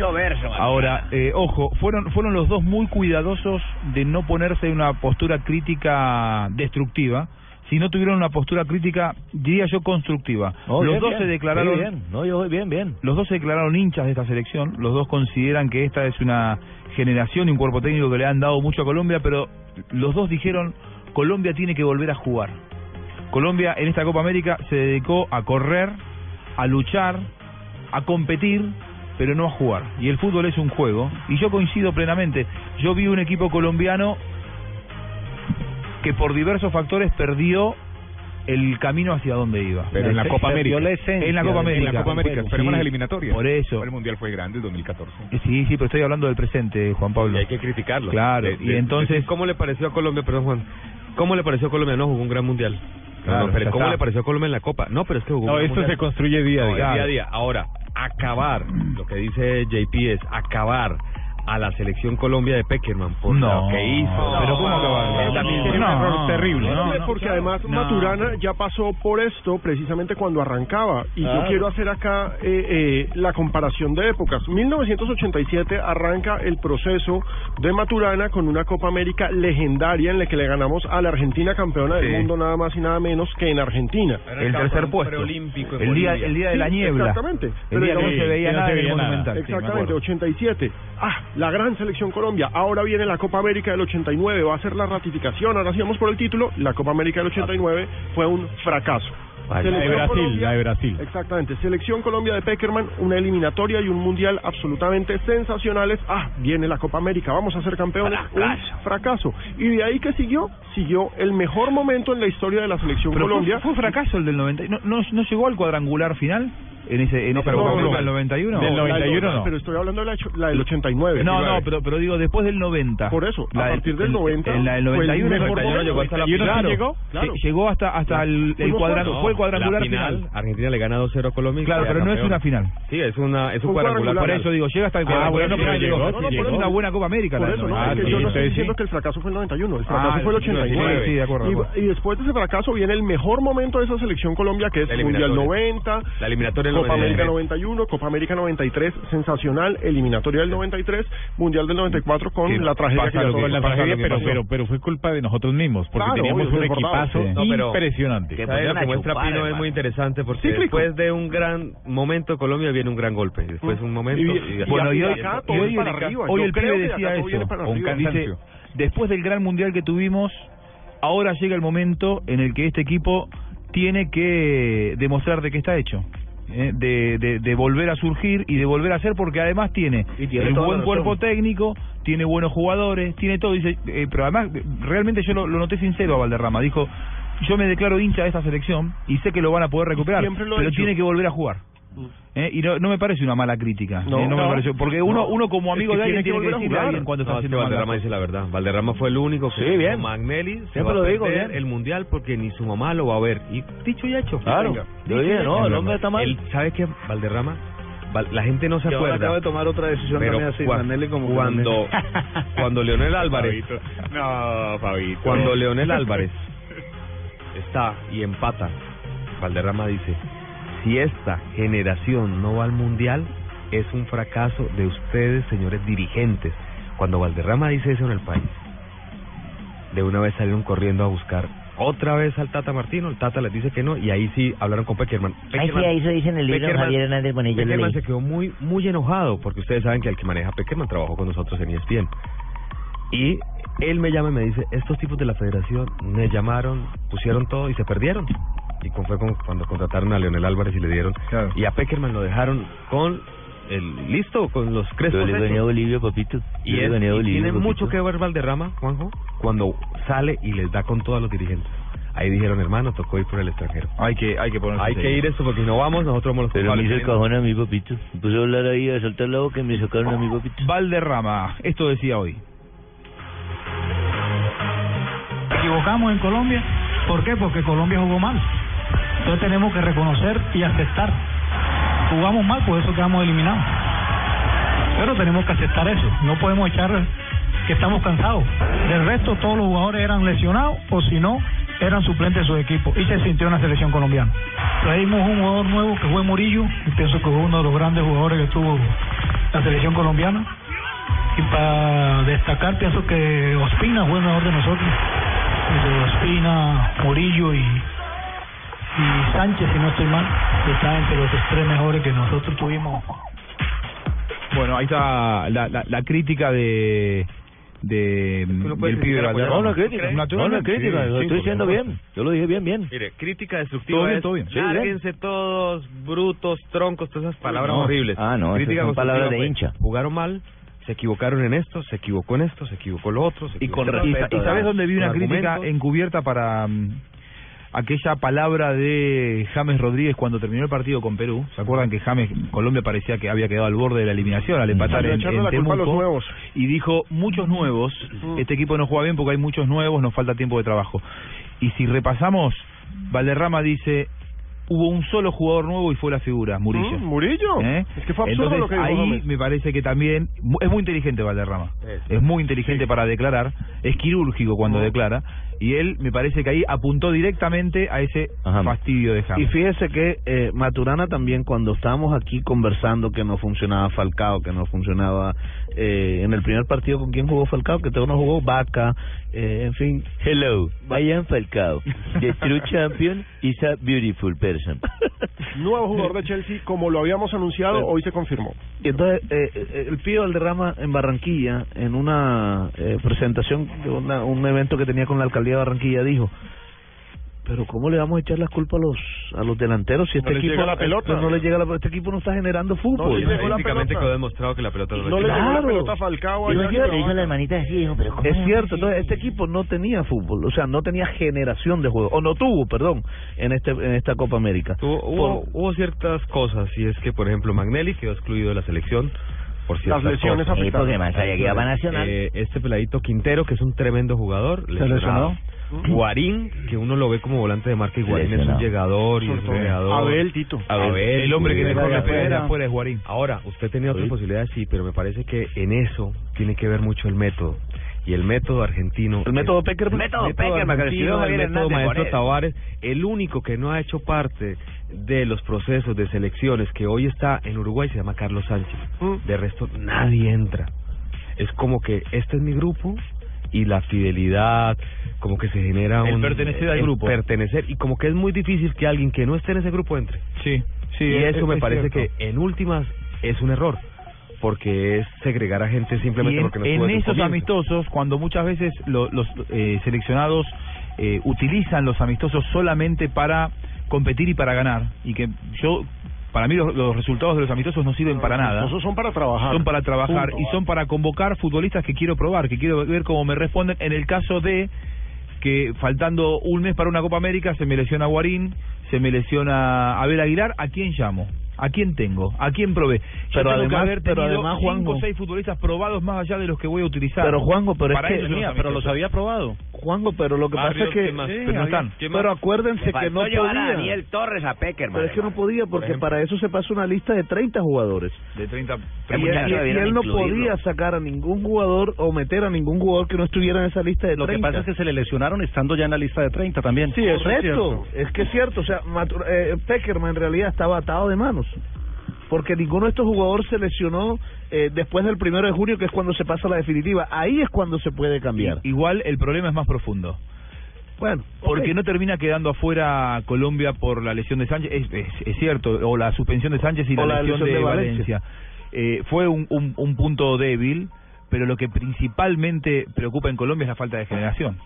Ahora, eh, ojo, fueron, fueron los dos muy cuidadosos de no ponerse en una postura crítica destructiva, sino tuvieron una postura crítica, diría yo, constructiva.
No,
los
Oh, bien,
dos
bien.
se declararon
Sí, bien.
no, yo bien, bien. Los dos se declararon hinchas de esta selección, los dos consideran que esta es una generación y un cuerpo técnico que le han dado mucho a Colombia, pero los dos dijeron, Colombia tiene que volver a jugar. Colombia en esta Copa América se dedicó a correr, a luchar, a competir, pero no a jugar. Y el fútbol es un juego, y yo coincido plenamente. Yo vi un equipo colombiano que por diversos factores perdió el camino hacia donde iba.
Pero en la Copa
Perdió
América.
la esencia en la Copa América.
En la Copa América. Esperemos
Sí,
las eliminatorias.
Por eso.
El Mundial fue grande el 2014.
Sí, sí, pero estoy hablando del presente, Juan Pablo.
Y hay que criticarlo.
Claro,
De-
y
de-
entonces-
decir, ¿Cómo le pareció a Colombia, perdón Juan, cómo le pareció a Colombia? No, jugó un gran mundial.
Claro,
No, pero
ya
¿cómo
está.
le pareció a Colombia en la Copa? No, pero es que jugó un
No,
gran
esto
mundial.
se construye día a
No,
día.
día a día. Ahora, acabar, lo que dice JP es acabar a la selección Colombia de Peckerman por lo que hizo.
Pero ¿cómo que va?
Él también tiene
No,
un error
no,
terrible.
no, no, porque además
no.
Maturana ya pasó por esto precisamente cuando arrancaba. Y
Claro.
yo quiero hacer acá eh, eh, la comparación de épocas. 1987 arranca el proceso de Maturana con una Copa América legendaria en la que le ganamos a la Argentina campeona del
Sí.
mundo nada más y nada menos que en Argentina.
El tercer puesto. El día, el día de la
Sí,
niebla.
Exactamente.
El día que no
digamos-
se veía nada en el Monumental. Sí, me
Exactamente,
acuerdo.
87. Ah, la gran selección Colombia. Ahora viene la Copa América del 89. Va a ser la ratificación. Ahora sí vamos por el título. La Copa América del 89 fue un fracaso.
La de
Selección
Brasil,
Colombia-
la de Brasil.
Exactamente. Selección Colombia de Peckerman, una eliminatoria y un mundial absolutamente sensacionales. Ah, viene la Copa América, vamos a ser campeones. Un fracaso. Y de ahí que siguió, siguió el mejor momento en la historia de la selección
Pero fue-
Colombia.
fue un fracaso el del 90. ¿No, no, no llegó al cuadrangular final? ¿En ese en esa
No,
Copa
no,
América
no.
del 91?
No, la del 91 no. Pero estoy hablando de la, hecho- la del 89.
No,
iba a
no,
decir.
pero, pero digo, después del 90.
Por eso, a
La
partir del 90
En la del 91,
fue el
mejor
mejor
momento.
llegó hasta la
91 sí
final.
llegó.
Claro.
Sí, llegó hasta, hasta el, el
Fuimos
cuadrangular.
cuartos.
fue el cuadrangular
La final,
final.
Argentina le gana 2-0 a Colombia. y
Claro,
queda
pero no es
campeón.
una final.
Sí, es una es un,
Un
cuadrangular. Ah,
cuadrangular. Por Ah, eso digo, llega
Ah,
hasta el cuadrangular, no, pero llegó, sí llegó. Una buena Copa América,
Por
la
eso,
del
no, es
90.
que yo no
Ah,
estoy
sí,
diciendo
sí.
que el fracaso fue el 91, el fracaso
Ah,
fue el
sí, sí,
89.
sí, de acuerdo, de
Y-
acuerdo.
Y, después de ese fracaso viene el mejor momento de esa selección Colombia, que es
La
Mundial
eliminatoria.
90,
La eliminatoria del
Copa América
93.
91, Copa América 93, sensacional, eliminatoria del 93, Mundial del 94 con
Sí,
la tragedia
pasa
que
lo
pasó.
que- la tragedia, pero, pero, pero fue culpa de nosotros mismos, porque
Claro,
teníamos
obvio,
un
desbordados,
equipazo
sí. No, pero-
impresionante.
¿Sabes lo que muestra Pino es muy interesante porque
Cíclico.
después de un gran momento Colombia viene un gran golpe, después un momento
Y-
y-
bueno, y
y-
hoy,
y-
y hoy
para
el-
arriba.
hoy
Yo
el
creo que
pibe
acá
decía
todo viene
eso,
para
con
arriba.
cansancio. después del gran mundial que tuvimos, ahora llega el momento en el que este equipo tiene que demostrar de qué está hecho. ¿eh? De, de, de volver a surgir y de volver a ser porque además tiene,
tiene
el
toda la
buen
razón.
cuerpo técnico tiene buenos jugadores tiene todo dice eh, pero además realmente yo lo, lo noté sincero a Valderrama dijo yo me declaro hincha de esta selección y sé que lo van a poder recuperar
siempre lo he
pero
hecho.
tiene que volver a jugar ¿eh? y no, no me parece una mala crítica
No,
¿eh? no, me
no.
pareció porque uno
No.
uno como amigo
Es que
de
tiene
alguien tiene
que
que,
volver a
decirle a
jugar.
alguien cuando
No,
está
es
haciendo
que
mal las
Valderrama
cosas.
dice la verdad. Valderrama fue el único que
Sí, bien.
como Magnelli se
Siempre
va a
lo digo,
perder
bien.
el mundial porque ni su mamá lo va a ver. Y dicho y hecho.
Claro.
Venga.
Yo
Dicho y
dije,
hecho.
no, el hombre está mal.
Él- ¿Sabe qué, Valderrama? Val- La gente no se
Que ahora
acuerda.
acaba de tomar otra decisión
pero
también así,
cua-
Manelli como que
cuando, cuando Leonel Álvarez
No, Fabito.
Cuando Leonel Álvarez está y empata, Valderrama dice, si esta generación no va al Mundial, es un fracaso de ustedes, señores dirigentes. Cuando Valderrama dice eso en el país, de una vez salieron corriendo a buscar otra vez al Tata Martino, el Tata les dice que no, y ahí sí hablaron con Peckerman.
Ay, sí,
Peckerman-
ahí se dice en el libro
Peckerman-
Javier Hernández Bonilla. yo
Peckerman
leí.
se quedó muy muy enojado porque ustedes saben que el que maneja Peckerman trabajó con nosotros en E ESPN. Y él me llama y me dice, estos tipos de la federación me llamaron, pusieron todo y se perdieron. Y con- fue con- cuando contrataron a Leonel Álvarez y le dieron... Y a Peckerman lo dejaron con el listo, con los crespos.
Yo le gané a
hechos.
Bolivia, papito. Yo
Y,
le
es-
gané a
y
Bolivia.
tiene
papito.
mucho que ver Valderrama, Juanjo, cuando sale y les da con todos los dirigentes. Ahí dijeron, hermano, tocó ir por el extranjero.
Hay que, hay que ponerse
Hay que ir eso porque si no vamos, nosotros vamos los
Pero me
culpables.
hizo el cajón a mi papito. Me Puso a hablar ahí, a soltar la boca y me sacaron a mi papito.
Valderrama, esto decía hoy.
equivocamos en Colombia. ¿Por qué? Porque Colombia jugó mal. Entonces tenemos que reconocer y aceptar. Jugamos mal, por eso quedamos eliminados. Pero tenemos que aceptar eso. No podemos echar que estamos cansados. Del resto, todos los jugadores eran lesionados o si no, eran suplentes de su equipo. Y se sintió en la selección colombiana. Traímos un jugador nuevo que fue Murillo. Y pienso que fue uno de los grandes jugadores que tuvo la selección colombiana. Y para destacar, pienso que Ospina fue el mejor de nosotros. Entre Ospina, Murillo y, y Sánchez, si no estoy mal, que están entre los tres mejores que nosotros tuvimos.
Bueno, ahí está la, la, la crítica de de
puedes
del
decir
pibe
que la
Valderrama.
apoyamos. No, no, crítica,
Naturalmente.
no, no, crítica, lo estoy
por
diciendo
supuesto.
bien.
Yo lo dije bien, bien.
Mire, crítica destructiva
Todo bien,
es,
todo bien. Sí,
lárguense todos, brutos, troncos, todas esas palabras
No.
horribles.
Ah, no, esas
crítica
son
constructiva
palabras de
fue,
hincha.
Jugaron mal, se equivocaron en esto, se equivocó en esto, se equivocó en lo otro. se
Y
equivocó
con
en lo
respeto,
otro.
¿Y sabes dónde vi
Con
una crítica
argumentos.
encubierta para mm, aquella palabra de James Rodríguez cuando terminó el partido con Perú? ¿Se acuerdan que James Colombia parecía que había quedado al borde de la eliminación al empatar
Le
en,
echaron
en
la culpa a los
Temuco?
nuevos.
y dijo muchos nuevos, este equipo no juega bien porque hay muchos nuevos, nos falta tiempo de trabajo. Y si repasamos, Valderrama dice, hubo un solo jugador nuevo y fue la figura, Murillo.
Mm, Murillo.
¿Eh?
Es que fue absurdo
Entonces,
lo que dijo
ahí
James.
me parece que también mu- es muy inteligente Valderrama.
Es.
Es muy inteligente para declarar, es quirúrgico cuando declara y él me parece que ahí apuntó directamente a ese fastidio de
Y
James.
fíjese que eh, Maturana también cuando estábamos aquí conversando que no funcionaba Falcao, que no funcionaba eh, en el primer partido con quién jugó Falcao, que todo no jugó Vaca, eh, en fin.
Hello, I am Falcao, the true champion is a beautiful person.
Nuevo jugador de Chelsea, como lo habíamos anunciado, hoy se confirmó.
Y entonces eh, eh, el Pío Valderrama en Barranquilla, en una eh, presentación, de una- un evento que tenía con la alcaldía de Barranquilla, dijo, pero ¿cómo le vamos a echar la culpa a los a los delanteros si
No
este
les
equipo
llega la pelota.
no le llega la este equipo no está generando fútbol?
Físicamente quedó demostrado que la pelota no,
No le
llega.
llegó la
Claro.
pelota a
Y
Falcao allá
no
en
llegó-
Cuba.
la hermanita así, dijo, pero
Es cierto, entonces este equipo no tenía fútbol, o sea, no tenía generación de juego, o no tuvo, perdón, en este en esta Copa América.
Hubo, hubo ciertas cosas, y es que, por ejemplo, Magnelli quedó excluido de la selección. Por ciertas
Las lesiones
cosas.
afectaron. Sí, porque más allá que iba a Nacional.
Eh, este peladito Quintero, que es un tremendo jugador, lesionado. Guarín, que uno lo ve como volante de marca, y Guarín es
Lesionado.
un llegador y un
Sobre todo.
goleador.
Abel, Tito.
Abel,
El hombre que
Tito.
se corre afuera,
Afuera.
afuera es Guarín.
Ahora, usted tenía otras
Sí.
posibilidades, sí, pero me parece que en eso tiene que ver mucho el método. Y el método argentino.
El método Peckerman.
método
Peckerman, que lo
argentino,
estudió Javier
el método
Hernández
maestro
Moreno.
Tavares, el único que no ha hecho parte de los procesos de selecciones que hoy está en Uruguay se llama Carlos Sánchez.
Mm.
De resto, nadie entra. Es como que este es mi grupo y la fidelidad, como que se genera
El
un.
pertenecer al
el
grupo.
Pertenecer, y como que es muy difícil que alguien que no esté en ese grupo entre.
Sí, sí.
y
es-
eso me
es
parece
cierto.
que en últimas es un error, porque es segregar a gente
Y
simplemente
en,
porque no
en
estuvo desde un
esos
comienzo.
amistosos, cuando muchas veces lo- los eh, seleccionados eh, utilizan los amistosos solamente para competir y para ganar, y que yo, para mí los, los resultados de los amistosos no sirven para nada.
Esos son para trabajar.
Son para trabajar
Punto.
y son para convocar futbolistas que quiero probar, que quiero ver cómo me responden. En el caso de que faltando un mes para una Copa América se me lesiona Guarín, se me lesiona Abel Aguilar, ¿a quién llamo? ¿A quién tengo? ¿A quién probé? Yo tengo que
Pero además-
haber
pero
tenido
además,
cinco
Juanjo-
o seis futbolistas probados más allá de los que voy a utilizar.
Pero Juanjo, pero
pues. Para
es que
eso son
pero los había
probado.
Juanjo, pero lo que pasa
Barrios,
es que
¿qué más?
Sí,
Pero no
había-
están. ¿Qué más?
pero acuérdense
Le
que
faltó
no
llevar a
podía.
Daniel Torres a Peckerman.
Pero es que no podía porque para eso se pasa una lista de 30 jugadores.
De 30
Y, él- y él- y él no podía sacar a ningún jugador o meter a ningún jugador que no estuviera en esa lista de 30.
Lo que pasa es que se le lesionaron estando ya en la lista de 30 también.
Sí, es correcto. Es que es cierto. O sea, Matu- eh, Peckerman en realidad estaba atado de manos. Porque ninguno de estos jugadores se lesionó eh, después del primero de junio, que es cuando se pasa la definitiva. Ahí es cuando se puede cambiar.
Igual el problema es más profundo.
Bueno,
Porque no termina quedando afuera Colombia por la lesión de Sánchez, es, es- es cierto, o la suspensión de Sánchez y
O
la, lesión, de,
Valencia.
Valencia. Eh, fue un, un, un punto débil, pero lo que principalmente preocupa en Colombia es la falta de generación.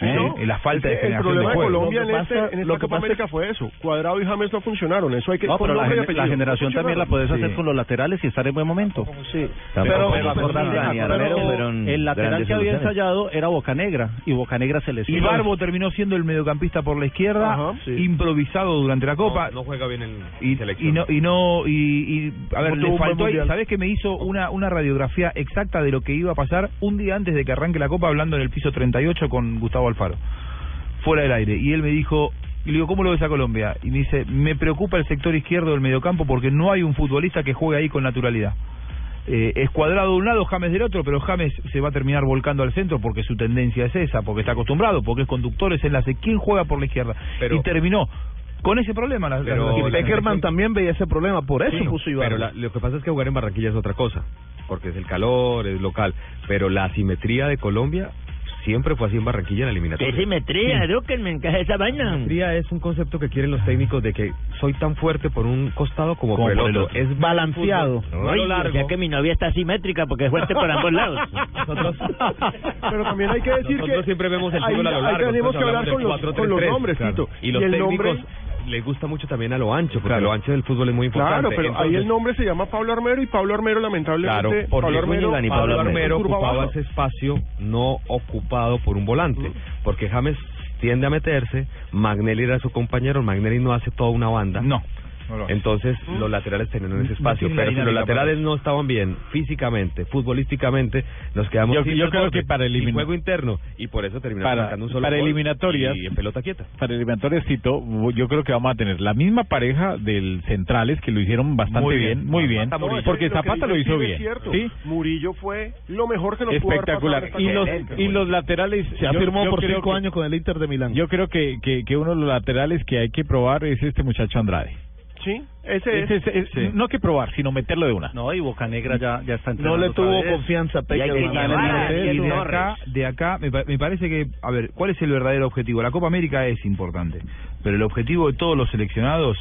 ¿Eh?
¿no?
La falta
Es
de
que el
generación
problema de,
juego.
Colombia
Lo
en,
que pasa-
este, en
lo que
esta Copa
pasa-
América fue eso. Cuadrado y James no funcionaron. Eso hay que
No,
con
pero la,
nombre y
gen- la
apellido.
generación también la podés hacer
Sí.
con los laterales y estar en buen momento.
Sí.
Pero,
Tampoco podemos acordar
pero-
Dani
pero-
Armero, fueron
el lateral
grandes
que había
soluciones.
ensayado era Bocanegra y Bocanegra se
Y
lesionó.
Barbo terminó siendo el mediocampista por la izquierda,
Ajá, sí.
improvisado durante la Copa.
No, no juega bien en
y,
selección.
y no y no y, y- a
No
ver
tuvo
le
un buen
faltó ahí,
mundial.
sabes que me hizo una una radiografía exacta de lo que iba a pasar un día antes de que arranque la copa hablando en el piso 38 con Gustavo Alfaro fuera del aire y él me dijo y le digo cómo lo ves a Colombia y me dice me preocupa el sector izquierdo del mediocampo porque no hay un futbolista que juegue ahí con naturalidad eh, es cuadrado de un lado, James del otro, pero James se va a terminar volcando al centro porque su tendencia es esa, porque está acostumbrado, porque es conductor, es enlace. ¿Quién juega por la izquierda?
Pero-
y terminó con ese problema. La, la-
Pero-
la-
Y Peckerman también veía ese problema, por eso
Sí,
puso Ibarra.
pero la- lo que pasa es que jugar en Barranquilla es otra cosa, porque es el calor, es local, pero la asimetría de Colombia siempre fue así en Barranquilla en la eliminatoria.
¿Qué simetría,
Sí.
Duque? me encaja esa vaina.
Simetría es un concepto que quieren los técnicos de que soy tan fuerte por un costado como,
Como
por el
por el
otro.
otro.
Es
Balanceado.
fútbol, no lo largo.
ya que mi novia está asimétrica porque es fuerte por ambos lados.
Nosotros-
Pero también hay que decir
Nosotros
que
siempre vemos el
ahí-
fútbol a lo
ahí
largo.
tenemos
entonces
que hablar
hablamos
con
del
los, con los
4-3-3,
nombres,
claro.
Tito.
Y los
el
técnicos
nombre,
les gusta mucho también a lo ancho, porque lo ancho del fútbol es muy importante.
claro, pero ahí
Entonces,
el nombre se llama Pablo Armero y Pablo Armero lamentablemente...
Claro, porque
Pablo Armero,
Zúñiga ni Pablo Armero
curva
ocupaba
baja.
ese espacio no ocupado por un volante, porque James tiende a meterse, Magnelli era su compañero, Magnelli no hace toda una banda.
No.
Entonces los laterales tenían ese espacio.
tiene la
Pero si los
dinámica para
pues.
laterales no estaban bien físicamente, futbolísticamente, nos quedamos
Yo-
sin
yo
el
creo
borde,
que para
sin
elimina-
juego interno y por eso terminamos
para,
marcando un solo
para
gol
eliminatorias
y en pelota quieta.
para eliminatorias Tito yo creo que vamos a tener la misma pareja del centrales que lo hicieron bastante
Muy
muy
bien.
bien, muy bien
Zapata Murillo.
porque
Lo que
Zapata
dice
lo hizo
Steve es
bien
cierto.
sí
Murillo fue lo mejor que nos
espectacular
pudo haber pasado en
y
esta
los
Copa
y
América.
los laterales
Se ha
yo-
firmado
yo
por
creo
cinco
que-
años con el Inter de Milán.
yo creo que, que que uno de los laterales que hay que probar es este muchacho Andrade
Sí, ese es.
Ese es- es- no que probar sino meterlo de una
No, y Bocanegra ya, ya está
No
entrenando.
le
otra
tuvo
vez.
confianza
Y hay
Peckerman
que
en el
llevar a
Inter.
Daniel
Y de
Torres.
acá, de acá me, pa- me parece que, a ver, ¿cuál es el verdadero objetivo? La Copa América es importante, pero el objetivo de todos los seleccionados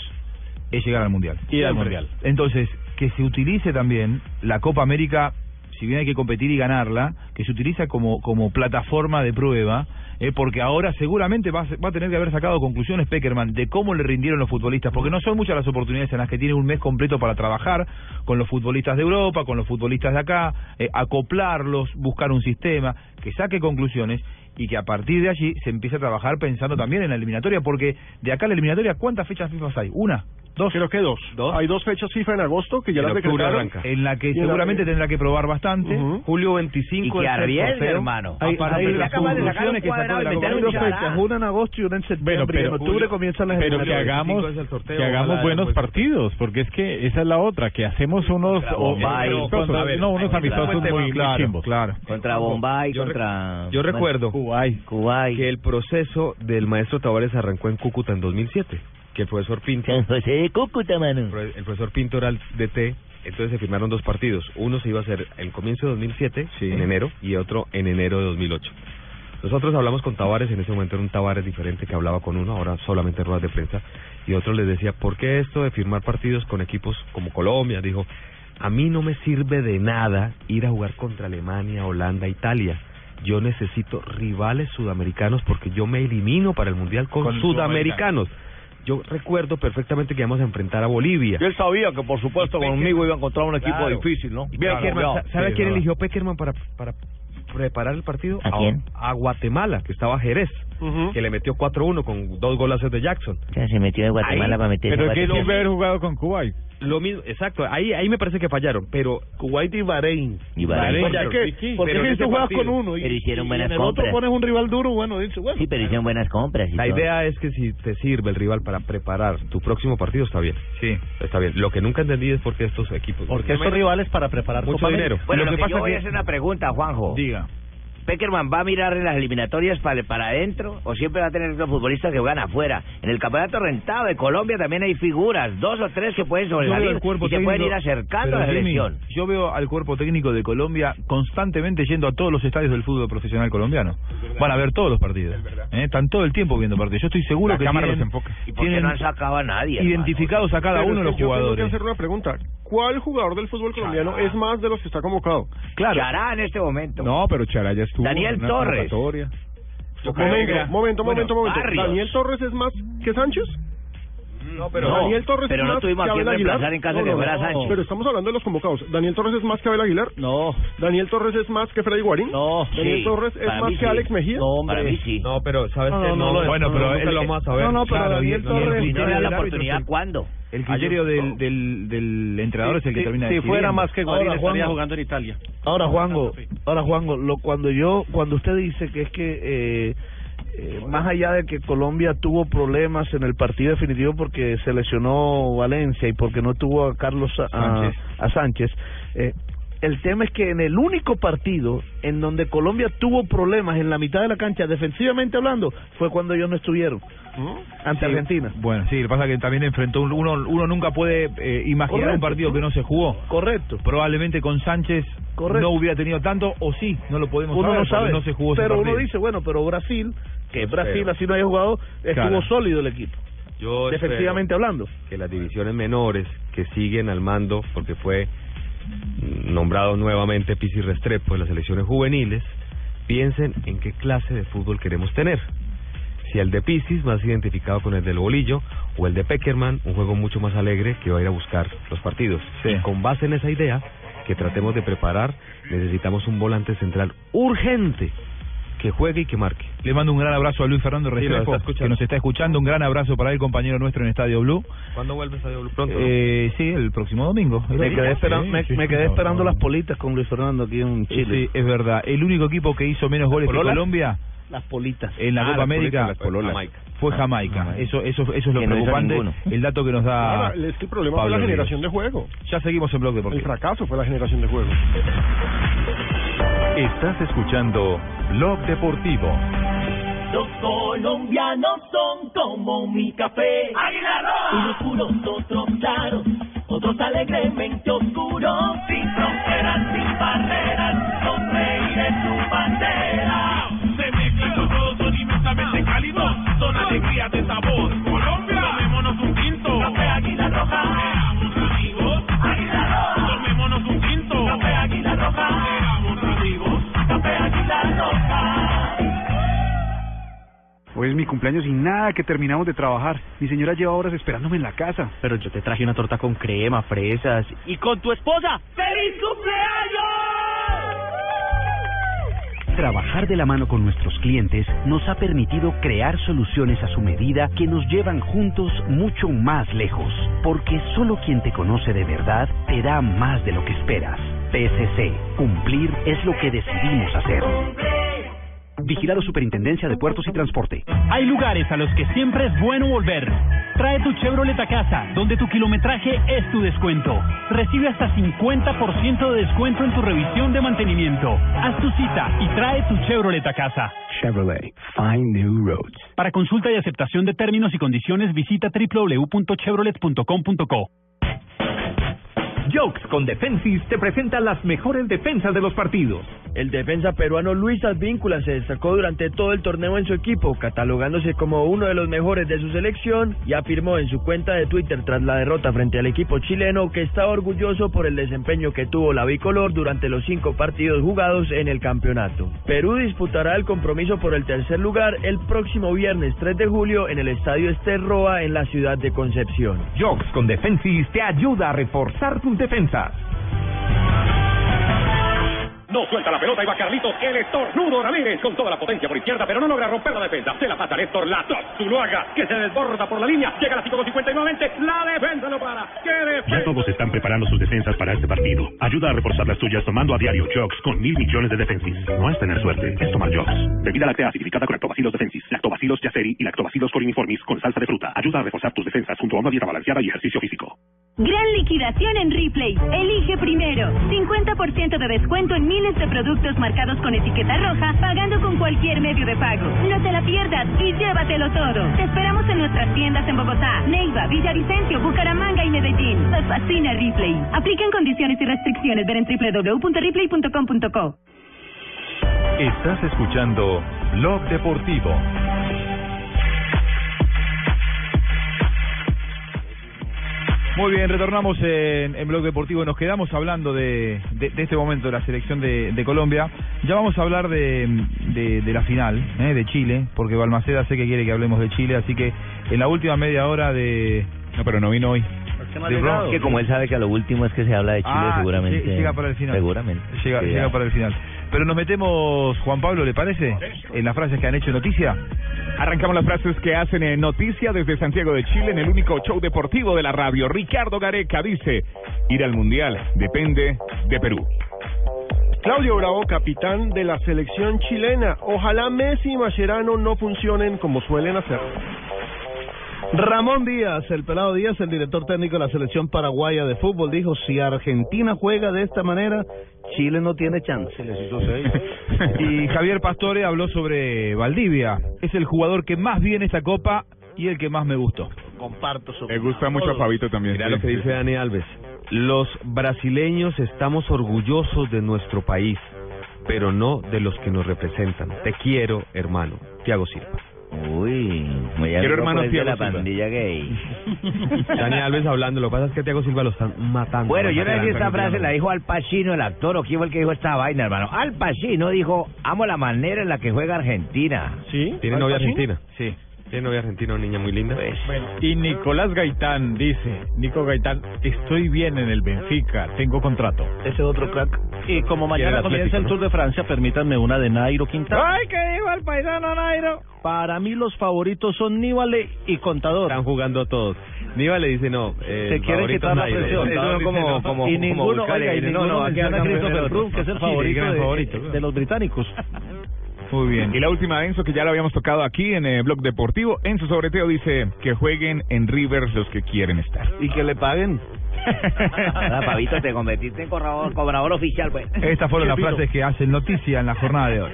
es llegar al Mundial.
Ir al
Siempre.
Mundial.
Entonces, que se utilice también la Copa América, si bien hay que competir y ganarla, que se utiliza como, como plataforma de prueba, eh, porque ahora seguramente va a, se- va a tener que haber sacado conclusiones Peckerman de cómo le rindieron los futbolistas, porque no son muchas las oportunidades en las que tiene un mes completo para trabajar con los futbolistas de Europa, con los futbolistas de acá, eh, acoplarlos, buscar un sistema, que saque conclusiones y que a partir de allí se empiece a trabajar pensando también en la eliminatoria, porque de acá a la eliminatoria, ¿cuántas fechas FIFA hay? ¿Una? ¿Dos?
Creo que dos. Hay dos fechas FIFA en agosto que ya
En
las
octubre
decretaron.
arranca. En la que
Y
seguramente tendrá que probar bastante. Julio 25
Y que
es el
arriesgue,
sorteo.
hermano.
Hay-
A partir
hay
de
las
acá van a sacar un
conclusiones que sacó
cuadrado y
la Copa
meter un
América.
Fechas, una en agosto y una en septiembre.
Bueno, pero
en octubre
Julio,
comienzan las
pero que
eliminatorias.
hagamos que hagamos buenos
este
partidos porque es que esa es la otra que hacemos unos
Contra
o-
eh,
Bombay.
amistosos,
Pero, a ver,
no unos
contra-
amistosos
contra-
muy
claro,
chimbos
claro
Contra Bombay,
contra-
Yo recuerdo
que
el proceso del maestro Tavares arrancó en Cúcuta en 2007, que el profesor Pinto...
José de Cúcuta, mano.
El profesor Pinto era el DT, entonces se firmaron dos partidos. Uno se iba a hacer el comienzo de 2007, en enero, y otro en enero de 2008. Nosotros hablamos con Tavares, en ese momento era un Tavares diferente que hablaba con uno, ahora solamente en ruedas de prensa, y otro les decía, ¿por qué esto de firmar partidos con equipos como Colombia? Dijo, a mí no me sirve de nada ir a jugar contra Alemania, Holanda, Italia. Yo necesito rivales sudamericanos porque yo me elimino para el Mundial con,
Con
sudamericanos. Yo recuerdo perfectamente que íbamos a enfrentar a Bolivia.
Él sabía que, por supuesto, conmigo iba a encontrar un equipo
Claro.
difícil, ¿no?
Y Peckerman,
Claro,
¿sa-
claro.
¿Sabe
Sí,
quién
claro.
eligió Peckerman para, para preparar el partido?
¿A quién?
A Guatemala, que estaba Jerez, que le metió 4-1 con dos golazos de Jackson.
O sea, se metió de Guatemala
Ahí.
para meterse
Pero es
a
que
Guatemala.
sirve haber
jugado con Kuwait.
Lo mismo, exacto, ahí ahí me parece que fallaron, pero
Kuwait y Bahrein.
Y Bahrein.
Oye, ¿qué? ¿Por qué
Pero en
si
ese
tú juegas
partido-
con uno y,
Pero hicieron
y
buenas
en el otro
compras.
pones un rival duro, bueno, dice, bueno.
Sí, pero hicieron buenas compras. y
la
todo.
idea es que si te sirve el rival para preparar tu próximo partido está bien.
Sí,
está bien. Lo que nunca entendí es por qué estos equipos
Porque estos rivales para preparar
Mucho
Copa América.
dinero.
Bueno, lo
Lo que
que,
pasa
yo voy
que-
a hacer una pregunta, Juanjo.
Diga.
¿Peckerman va a mirar en las eliminatorias para, para adentro o siempre va a tener los futbolistas que juegan afuera? En el campeonato rentado de Colombia también hay figuras, dos o tres que pueden
Yo veo
sobresalir
al cuerpo
y se
técnico-
pueden ir acercando
pero,
a la
Jimmy,
selección.
yo veo al cuerpo técnico de Colombia constantemente yendo a todos los estadios del fútbol profesional colombiano. Van a ver todos los partidos. ¿eh? Están todo el tiempo viendo partidos. Yo estoy seguro
La
que
cámara
tienen,
los enfoca.
¿Y por qué
tienen
no han sacado a nadie? hermano?
identificados a cada
Pero
uno de
es
los
que yo tengo que
jugadores.
hacer una pregunta. ¿Cuál jugador del fútbol colombiano es más de los que está convocado?
Claro.
Chará en este momento.
No, pero Chará ya estuvo.
Daniel
en una
Torres.
convocatoria.
Momento, momento, momento, momento.
Barrios.
¿Daniel Torres es más que Sánchez? No,
pero-
Daniel Torres
pero
es
no
más
tuvimos a
que
quién
Abel Aguilar.
reemplazar en caso de que fuera Sánchez.
Pero estamos hablando de los convocados. ¿Daniel Torres es más que Abel Aguilar?
No.
¿Daniel Torres es más que Freddy Guarín? No. ¿Daniel
Sí,
Torres es
para
más
mí sí.
que Alex Mejía?
No, hombre. Para mí sí.
No, pero sabes
No,
que
no, no,
bueno, pero
nunca
él-
lo vamos a saber.
No, no, pero Daniel
y- y el
Torres-
criterio
¿Tiene
del
la
árbitro es
oportunidad
el-
cuándo?
El criterio del, del, del entrenador es el que
Si-
termina
si
decidiendo.
fuera más que Guarín,
Ahora,
estaría
Juanjo,
jugando
en Italia.
Ahora Juango, ahora Juango, lo, cuando yo, cuando usted dice que es que eh, eh, más allá de que Colombia tuvo problemas en el partido definitivo porque se lesionó Valencia y porque no tuvo a Carlos Sa- a,
Sánchez.
a Sánchez, eh, el tema es que en el único partido en donde Colombia tuvo problemas en la mitad de la cancha, defensivamente hablando, fue cuando ellos no estuvieron ante
Sí,
Argentina.
Bueno, sí, lo que pasa es que también enfrentó un- uno, uno nunca puede eh, imaginar
Correcto.
un partido que no se jugó.
Correcto.
Probablemente con Sánchez
Correcto.
no hubiera tenido tanto o sí, no lo podemos
uno
saber,
no
porque
sabe,
no se jugó ese
pero uno
partido.
dice, bueno, pero Brasil, que es Brasil,
Pero-
así no haya jugado, estuvo
Claro.
sólido el equipo.
Yo espero
defensivamente hablando.
que las divisiones menores que siguen al mando, porque fue nombrado nuevamente Pisi Restrepo de las selecciones juveniles, piensen en qué clase de fútbol queremos tener. Si el de Pisis, más identificado con el del bolillo, o el de Peckerman, un juego mucho más alegre que va a ir a buscar los partidos. Y con base en esa idea que tratemos de preparar, necesitamos un volante central urgente que juegue y que marque.
Le mando un gran abrazo a Luis Fernando
Sí, lo está
Restrepo, que
escuchando.
nos está escuchando. Un gran abrazo para el compañero nuestro en Estadio Blue.
¿Cuándo vuelve Estadio Blue? Pronto. ¿no?
Eh, sí, el próximo domingo.
Me quedé, esperando
Sí,
me,
sí,
me
sí,
quedé
no,
esperando
no.
las politas con Luis Fernando aquí en Chile.
Sí, es verdad. El único equipo que hizo menos goles que
pololas?
Colombia
Las politas.
en la
Ah,
Copa
las
América
politas, las pololas. Jamaica.
fue Jamaica. Eso, eso, eso es lo
Que no hizo
preocupante.
ninguno.
el dato que nos da.
Ahora, es que el problema
Pablo
fue la
Ríos.
generación de juego.
Ya seguimos en Blog
El
Deportivo.
fracaso fue la generación de juego.
Estás escuchando Blog Deportivo.
Los colombianos son como mi café. Unos puros, otros claros, otros alegremente oscuros. Sin fronteras, sin barreras, son reyes su bandera. Se mezclan con todos, son inmensamente cálidos, son alegrías de sabor. Colombia, tomémonos un tinto. Café Águila Roja. Seamos amigos. Águila Roja. Tomémonos un tinto. Café Águila Roja. Seamos amigos. Café Águila Roja.
Hoy es mi cumpleaños y nada que terminamos de trabajar. Mi señora lleva horas esperándome en la casa. Pero yo te traje una torta con crema, fresas.
y con tu esposa. ¡Feliz cumpleaños!
Trabajar de la mano con nuestros clientes nos ha permitido crear soluciones a su medida que nos llevan juntos mucho más lejos, porque solo quien te conoce de verdad te da más de lo que esperas. PSC, cumplir es lo que decidimos hacer. Vigilado Superintendencia de Puertos y Transporte.
Hay lugares a los que siempre es bueno volver. Trae tu Chevrolet a casa, donde tu kilometraje es tu descuento. Recibe hasta 50% de descuento en tu revisión de mantenimiento. Haz tu cita y trae tu Chevrolet a casa.
Chevrolet, find new roads.
Para consulta y aceptación de términos y condiciones, visita www.chevrolet.com.co.
Jokes con Defensis te presenta las mejores defensas de los partidos.
El defensa peruano Luis Advíncula se destacó durante todo el torneo en su equipo, catalogándose como uno de los mejores de su selección y afirmó en su cuenta de Twitter tras la derrota frente al equipo chileno que estaba orgulloso por el desempeño que tuvo la bicolor durante los cinco partidos jugados en el campeonato. Perú disputará el compromiso por el tercer lugar el próximo viernes 3 de julio en el estadio Esterroa en la ciudad de Concepción.
Jokes con Defensis te ayuda a reforzar tus defensas.
No suelta la pelota y va Carlitos, el estornudo Ramírez con toda la potencia por izquierda, pero no logra romper la defensa. Se la pasa Néstor Lato, Zuluaga, que se desborda por la línea, llega a la 5.50 y nuevamente la defensa no para. ¡Qué defensa!
Ya todos están preparando sus defensas para este partido. Ayuda a reforzar las tuyas tomando a diario Jocks con mil millones de defensis. No es tener suerte, es tomar Jocks. Bebida láctea acidificada con lactobacilos defensis, lactobacilos yaceri y lactobacilos coriniformis con salsa de fruta. Ayuda a reforzar tus defensas junto a una dieta balanceada y ejercicio físico.
Gran liquidación en Ripley. Elige primero. 50% de descuento en miles de productos marcados con etiqueta roja, pagando con cualquier medio de pago. No te la pierdas y llévatelo todo. Te esperamos en nuestras tiendas en Bogotá, Neiva, Villavicencio, Bucaramanga y Medellín. Nos fascina Ripley. Aplican condiciones y restricciones. Ver en www.ripley.com.co.
Estás escuchando Blog Deportivo.
Muy bien, retornamos en, en Blog Deportivo. Nos quedamos hablando de, de- de este momento de la selección de, de Colombia. Ya vamos a hablar de, de- de la final ¿eh? de Chile, porque Balmaceda sé que quiere que hablemos de Chile, así que en la última media hora de... No, pero no vino hoy. De Bronx.
que como él sabe que a lo último es que se habla de Chile,
Ah,
seguramente.
lle- llega para el final.
Seguramente.
Llega,
Sí,
llega
ya.
para el final. Pero nos metemos, Juan Pablo, ¿le parece? En las frases que han hecho noticia.
Arrancamos las frases que hacen en noticia desde Santiago de Chile en el único show deportivo de la radio. Ricardo Gareca dice, ir al Mundial depende de Perú.
Claudio Bravo, capitán de la selección chilena. Ojalá Messi y Mascherano no funcionen como suelen hacer.
Ramón Díaz, el pelado Díaz, el director técnico de la selección paraguaya de fútbol, dijo, si Argentina juega de esta manera, Chile no tiene chance.
Y Javier Pastore habló sobre Valdivia. Es el jugador que más viene esta copa y el que más me gustó.
Comparto su...
Me gusta mucho a Fabito también.
Mirá
sí.
lo que dice Dani Alves. Los brasileños estamos orgullosos de nuestro país, pero no de los que nos representan. Te quiero, hermano. Tiago Silva.
Uy,
Muy
quiero
amigo,
hermano
pues, de
Tiago
la
Silva.
pandilla gay.
Dani Alves hablando. Lo que pasa es que a Tiago Silva lo están matando.
Bueno, yo no
Matando,
sé si esta
matando.
frase la dijo Al Pacino, el actor, o quién fue el que dijo esta vaina, hermano. Al Pacino dijo, amo la manera en la que juega Argentina.
Sí.
¿Tiene
novia argentina?
Sí.
Tiene novia argentina, una niña muy linda.
Pues, Y Nicolás Gaitán dice, Nico Gaitán, estoy bien en el Benfica, tengo contrato.
Ese otro crack.
Y como mañana comienza el Tour de Francia, permítanme una de Nairo
¡Ah!
Quintana.
¡Ay, qué dijo el paisano Nairo!
Para mí los favoritos son Nívale y Contador.
Están jugando todos. Nívale dice no. Eh,
Se quiere
favorito
quitar la
Nairo.
presión.
Eso no, como, como,
y
como
ninguno,
Bucale,
oiga, y
dice,
ninguno
no, no, aquí
menciona a
hablamos de
Christopher
otro.
Froome, que es el
Sí,
favorito,
gran
de,
favorito.
de los británicos.
Muy bien. Y la última, Enzo, que ya la habíamos tocado aquí en el Blog Deportivo. Enzo Sobreteo dice que jueguen en Rivers los que quieren estar.
Y que le paguen.
Hola, Pavito, te convertiste en corredor- cobrador oficial, pues.
Estas fueron las frases que hacen noticia en la jornada de hoy.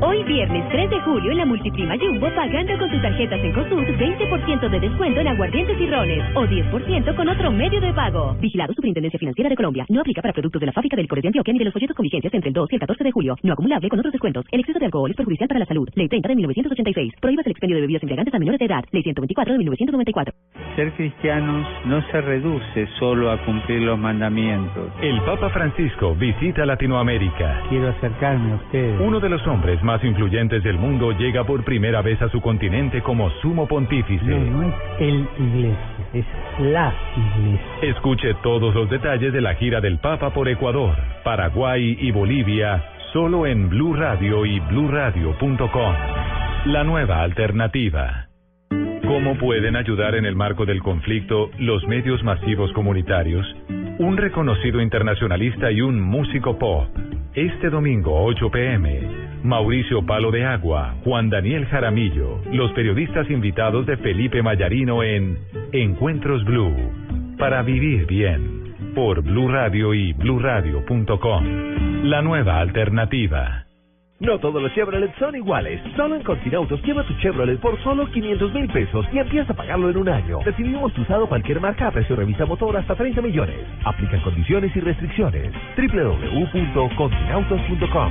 Hoy viernes 3 de julio en la Multiprima Jumbo pagando con tus tarjetas en COSUS 20% de descuento en aguardientes y rones o 10% con otro medio de pago. Vigilado Superintendencia Financiera de Colombia. No aplica para productos de la fábrica del Corea de Antioquia ni de los folletos con vigencias entre el 2 y el 14 de julio. No acumulable con otros descuentos. El exceso de alcohol es perjudicial para la salud. Ley 30 de 1986. Prohíbas el expendio de bebidas embriagantes a menores de edad. Ley 124 de 1994.
Ser cristianos no se reduce solo a cumplir los mandamientos.
El Papa Francisco visita Latinoamérica.
Quiero acercarme a ustedes.
Uno de los hombres más influyentes del mundo llega por primera vez a su continente como sumo pontífice.
es el iglesia, es la iglesia.
Escuche todos los detalles de la gira del Papa por Ecuador, Paraguay y Bolivia solo en Blue Radio y bluradio.com. La nueva alternativa. ¿Cómo pueden ayudar en el marco del conflicto los medios masivos comunitarios? Un reconocido internacionalista y un músico pop. Este domingo 8 pm, Mauricio Palo de Agua, Juan Daniel Jaramillo, los periodistas invitados de Felipe Mayarino en Encuentros Blue, para vivir bien, por Blue Radio y bluradio.com. La nueva alternativa.
No todos los Chevrolet son iguales. Solo en Continautos lleva tu Chevrolet por solo 500 mil pesos y empieza a pagarlo en un año. Recibimos tu usado cualquier marca a precio revisa motor hasta 30 millones. Aplican condiciones y restricciones. www.continautos.com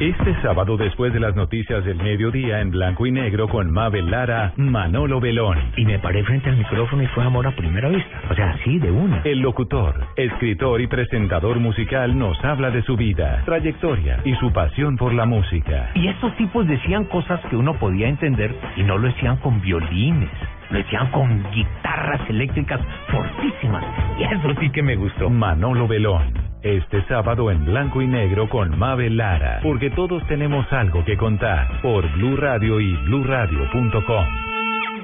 Este sábado, después de las noticias del mediodía en blanco y negro con Mabel Lara, Manolo Belón. Y me paré frente al micrófono y fue amor a primera vista. O sea, sí, de una. El locutor, escritor y presentador musical nos habla de su vida, trayectoria y su pasión por la música.
Y estos tipos decían cosas que uno podía entender y no lo decían con violines, lo decían con guitarras eléctricas fortísimas. Y eso sí que me gustó.
Manolo Belón. Este sábado en blanco y negro con Mabel Lara. Porque todos tenemos algo que contar. Por Blue Radio y bluradio.com.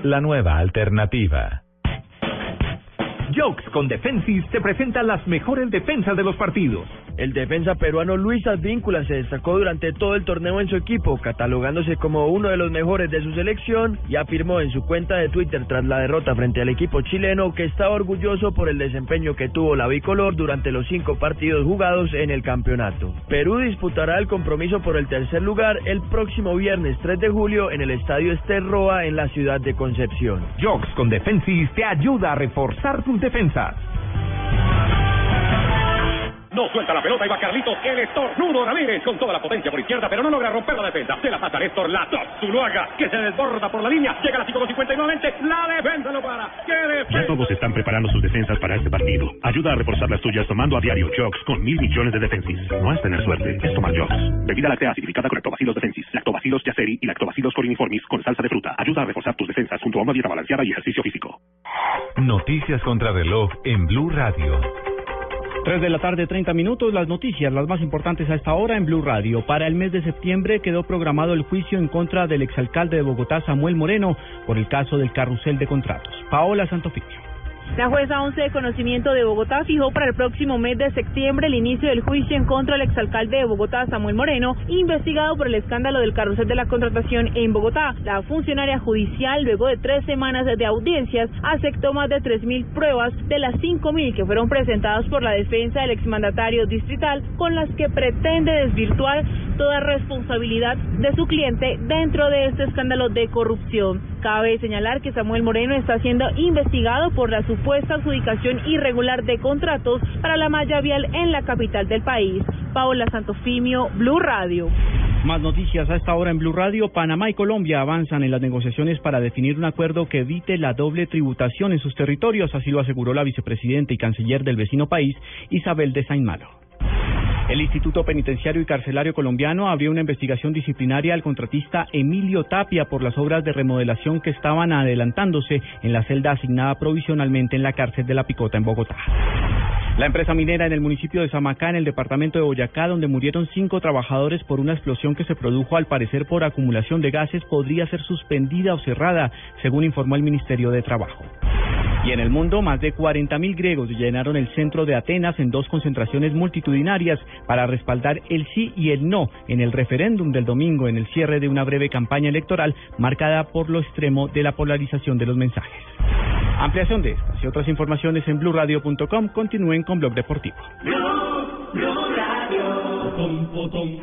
La nueva alternativa.
Jokes con Defensis te presenta las mejores defensas de los partidos.
El defensa peruano Luis Advíncula se destacó durante todo el torneo en su equipo, catalogándose como uno de los mejores de su selección y afirmó en su cuenta de Twitter tras la derrota frente al equipo chileno que estaba orgulloso por el desempeño que tuvo la bicolor durante los cinco partidos jugados en el campeonato. Perú disputará el compromiso por el tercer lugar el próximo viernes 3 de julio en el estadio Esterroa en la ciudad de Concepción.
Jokes con Defensis te ayuda a reforzar tus defensas.
No suelta la pelota y va Carlitos, el estornudo Ramírez con toda la potencia por izquierda, pero no logra romper la defensa. Se la pasa Néstor Lato, Zuluaga, que se desborda por la línea, llega a la 5 con 59, la defensa lo para. ¡Qué defensa!
Ya todos están preparando sus defensas para este partido. Ayuda a reforzar las tuyas tomando a diario Jocks con mil millones de defensis. No es tener suerte, es tomar Jocks. Bebida láctea acidificada con lactobacilos defensis, lactobacilos yaceri y lactobacilos coriniformis con salsa de fruta. Ayuda a reforzar tus defensas junto a una dieta balanceada y ejercicio físico.
Noticias contra reloj en Blue Radio.
3 de la tarde, 30 minutos. Las noticias, las más importantes a esta hora en Blue Radio. Para el mes de septiembre quedó programado el juicio en contra del exalcalde de Bogotá, Samuel Moreno, por el caso del carrusel de contratos. Paola Santoficio.
La jueza 11 de conocimiento de Bogotá fijó para el próximo mes de septiembre el inicio del juicio en contra del exalcalde de Bogotá, Samuel Moreno, investigado por el escándalo del carrusel de la contratación en Bogotá. La funcionaria judicial, luego de tres semanas de audiencias, aceptó más de 3.000 pruebas de las 5.000 que fueron presentadas por la defensa del exmandatario distrital, con las que pretende desvirtuar toda responsabilidad de su cliente dentro de este escándalo de corrupción. Cabe señalar que Samuel Moreno está siendo investigado por la supuesta adjudicación irregular de contratos para la malla vial en la capital del país. Paola Santofimio, Blue Radio.
Más noticias a esta hora en Blue Radio. Panamá y Colombia avanzan en las negociaciones para definir un acuerdo que evite la doble tributación en sus territorios, así lo aseguró la vicepresidenta y canciller del vecino país, Isabel de Saint-Malo. El Instituto Penitenciario y Carcelario Colombiano abrió una investigación disciplinaria al contratista Emilio Tapia por las obras de remodelación que estaban adelantándose en la celda asignada provisionalmente en la cárcel de La Picota en Bogotá. La empresa minera en el municipio de Samacá, en el departamento de Boyacá, donde murieron cinco trabajadores por una explosión que se produjo al parecer por acumulación de gases, podría ser suspendida o cerrada, según informó el Ministerio de Trabajo. Y en el mundo, más de 40.000 griegos llenaron el centro de Atenas en dos concentraciones multitudinarias para respaldar el sí y el no en el referéndum del domingo en el cierre de una breve campaña electoral marcada por lo extremo de la polarización de los mensajes. Ampliación de estas y otras informaciones en blurradio.com. Continúen con Blog Deportivo.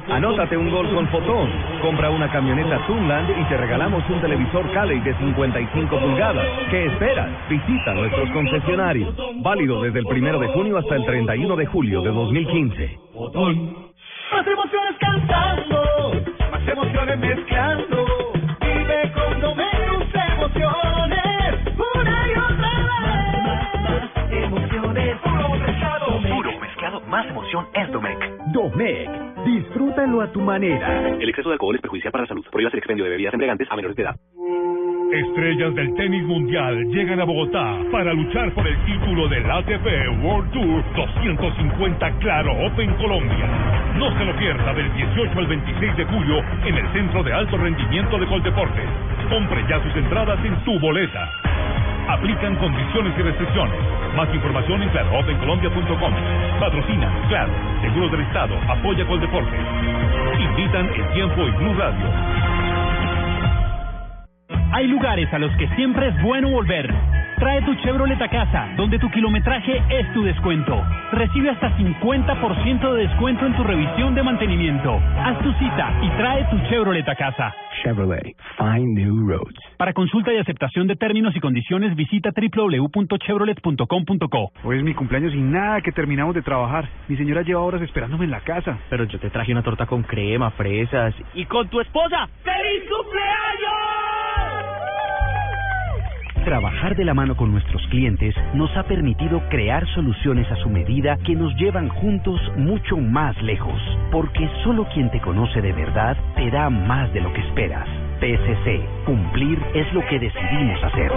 Anótate un gol con Fotón. Compra una camioneta Tunland y te regalamos un televisor Cali de 55 pulgadas. ¿Qué esperas? Visita nuestros concesionarios. Válido desde el 1 de junio hasta el 31 de julio de 2015.
Más emociones cantando, más emociones mezclando. Vive con Domenus emociones, una y otra vez. Más, más, más emociones, puro pescado, puro pescado, más emoción es Domec.
Domec, disfrútalo a tu manera.
El exceso de alcohol es perjudicial para la salud. Prohíbas el expendio de bebidas embriagantes a menores de edad.
Estrellas del tenis mundial llegan a Bogotá para luchar por el título del ATP World Tour 250 Claro Open Colombia. No se lo pierda del 18 al 26 de julio en el Centro de Alto Rendimiento de Coldeportes. Compre ya sus entradas en tu boleta. Aplican condiciones y restricciones. Más información en claroopencolombia.com. Patrocina Claro, Seguros del Estado, apoya Coldeportes. Invitan El Tiempo y Blue Radio.
Hay lugares a los que siempre es bueno volver. Trae tu Chevrolet a casa, donde tu kilometraje es tu descuento. Recibe hasta 50% de descuento en tu revisión de mantenimiento. Haz tu cita y trae tu Chevrolet a casa.
Chevrolet, find new roads.
Para consulta y aceptación de términos y condiciones, visita www.chevrolet.com.co.
Hoy es mi cumpleaños y nada que terminamos de trabajar. Mi señora lleva horas esperándome en la casa. Pero yo te traje una torta con crema, fresas.
Y con tu esposa, ¡Feliz cumpleaños!
Trabajar de la mano con nuestros clientes nos ha permitido crear soluciones a su medida que nos llevan juntos mucho más lejos, porque solo quien te conoce de verdad te da más de lo que esperas. PSC, cumplir es lo que decidimos hacer.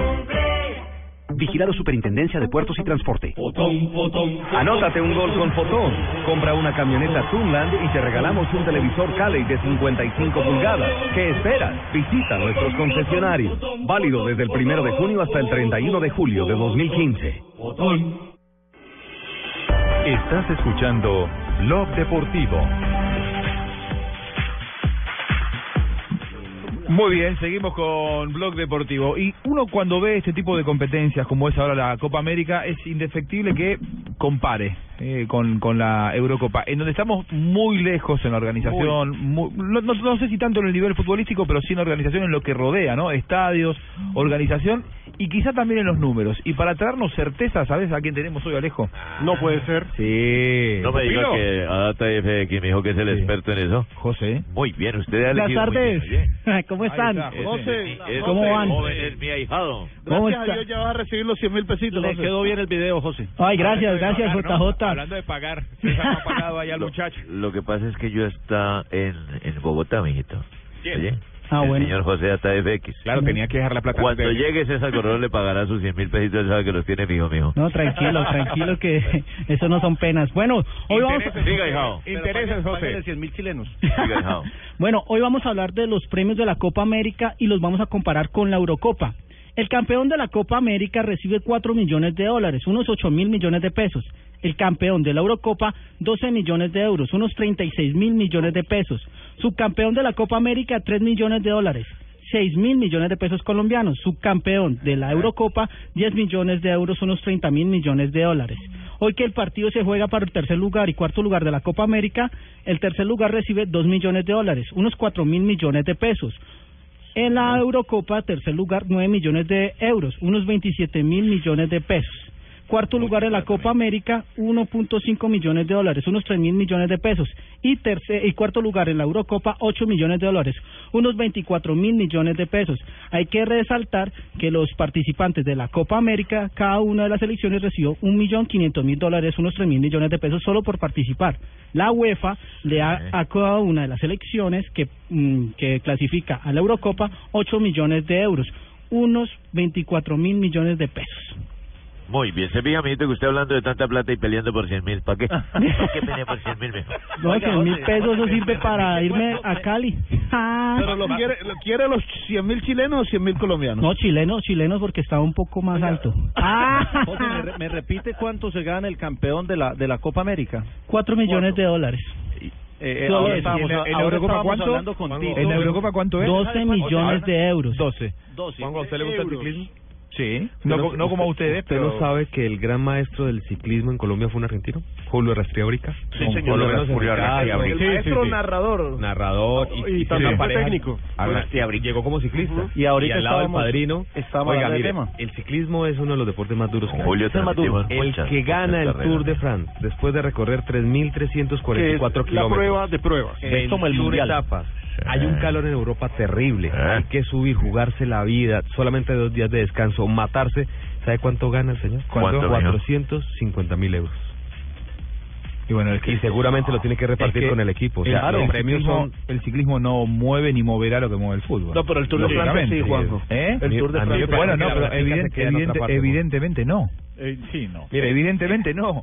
Vigilado Superintendencia de Puertos y Transporte.
Anótate
un gol con Fotón. Compra una camioneta Tunland y te regalamos un televisor Cali de 55 pulgadas. ¿Qué esperas? Visita nuestros concesionarios. Válido desde el 1 de junio hasta el 31 de julio de 2015.
Estás escuchando Blog Deportivo.
Muy bien, seguimos con Blog Deportivo. Y uno cuando ve este tipo de competencias como es ahora la Copa América, es indefectible que compare eh, con, con la Eurocopa, en donde estamos muy lejos en la organización, muy- no, no- no sé si tanto en el nivel futbolístico, pero sí en la organización, en lo que rodea, ¿no? Estadios, organización y quizá también en los números. Y para traernos certeza, ¿sabes a quién tenemos hoy, Alejo?
No puede ser.
Sí.
No me diga
Eh, ¿Pupilo?
que Adata FX me dijo que es el experto en eso.
José.
Muy bien, usted ha
Buenas
elegido muy
tardes.
bien, oye.
¿Cómo
Ahí
están?
Ah, eh,
está,
José,
Ese
¿Cómo van?
joven es mi ahijado.
¿Cómo
Gracias a
está?
Dios ya vas a recibir los 100 mil pesitos.
Le
José.
quedó bien el video, José.
Ay, gracias, gracias, JJ.
Hablando de pagar, se ha pagado ahí al muchacho.
Lo que pasa es que yo está en, en Bogotá, mijito. Oye,
Ah,
el
bueno.
señor José Adata FX.
Claro, tenía que dejar la plata.
Cuando llegue César Correo le pagará sus 100 mil pesitos, él sabe que los tiene fijo, mijo.
No, tranquilo, tranquilo que eso no son penas. Bueno, hoy vamos a-
Siga, hijao.
Intereses, José. 100 mil chilenos.
Siga, hijao.
Bueno, hoy vamos a hablar de los premios de la Copa América y los vamos a comparar con la Eurocopa. El campeón de la Copa América recibe 4 millones de dólares, unos 8 mil millones de pesos. El campeón de la Eurocopa, 12 millones de euros, unos 36 mil millones de pesos. Subcampeón de la Copa América, 3 millones de dólares. 6 mil millones de pesos colombianos, subcampeón de la Eurocopa, 10 millones de euros, unos 30 mil millones de dólares. Hoy que el partido se juega para el tercer lugar y cuarto lugar de la Copa América, el tercer lugar recibe 2 millones de dólares, unos 4 mil millones de pesos. En la Eurocopa, tercer lugar, 9 millones de euros, unos 27 mil millones de pesos. Cuarto lugar en la Copa América, 1.5 millones de dólares, unos 3 mil millones de pesos. Y, tercer, y cuarto lugar en la Eurocopa, 8 millones de dólares, unos 24 mil millones de pesos. Hay que resaltar que los participantes de la Copa América, cada una de las selecciones recibió 1.500.000 dólares, unos 3 mil millones de pesos solo por participar. La UEFA le da a cada una de las selecciones que, mm, que clasifica a la Eurocopa 8 millones de euros, unos 24 mil millones de pesos.
Muy bien, se fija, amiguito, que usted hablando de tanta plata y peleando por 100 mil. ¿Para qué? ¿Para qué pelea por 100 mil mejor?
No,
Oiga,
que mil
Jorge,
pesos no
este,
Jorge,
sirve para irme a Cali.
Pero lo quiere, lo quiere los 100 mil chilenos o 100 mil colombianos.
No, chilenos, chilenos porque estaba un poco más alto.
José, ¿me, re- me repite cuánto se gana el campeón de la de la Copa América?
Cuatro millones de dólares.
Eh, eh,
Sí,
ahora
sí,
estábamos-
en la- en la
ahora
Eurocopa,
estábamos
¿cuánto?
hablando con
Juan,
Tito.
¿En la Eurocopa cuánto es?
12 millones de euros.
12.
¿A usted le gusta el ciclismo?
Sí. No, co- no como a ustedes,
¿Usted
pero...
no sabe que el gran maestro del ciclismo en Colombia fue un argentino? Julio Rastriábrica.
Sí,
Con
señor.
Julio
Julio
Rastriábrica.
El maestro narrador.
Narrador
Y
hizo
también
una
fue
pareja.
técnico.
Ahora,
este,
llegó como ciclista. Y ahorita al lado del estábamos- padrino. estábamos Oiga, hablando mire, del tema. el ciclismo es uno de los deportes más duros. que hay.
Julio,
Es el más
te
duro.
llevan
El
muchas,
que gana el
muchas
Tour
carreras.
de France después de recorrer 3.344 Que es la kilómetros. prueba de pruebas. En Es como el sur Mundial. etapas. Hay un calor en Europa
Eh.
terrible. Hay que subir, jugarse la vida, solamente dos días de descanso, matarse. ¿Sabe cuánto gana el señor?
¿Cuánto, mijo?
450 mil euros. Y bueno, y seguramente lo tiene que repartir
Es que
con el equipo. O sea,
el,
los
el
premios
ciclismo,
son
el ciclismo no mueve ni moverá lo que mueve el fútbol.
No, pero el Tour de Francia
Lógicamente.
sí, Juanjo.
¿Eh?
El Tour de
A mí
Francia.
me parece
Bueno,
que
no,
la
pero
práctica se
evidente-
queda en otra
evidente-
parte,
evidentemente
no.
sí, no.
Mire, evidentemente no.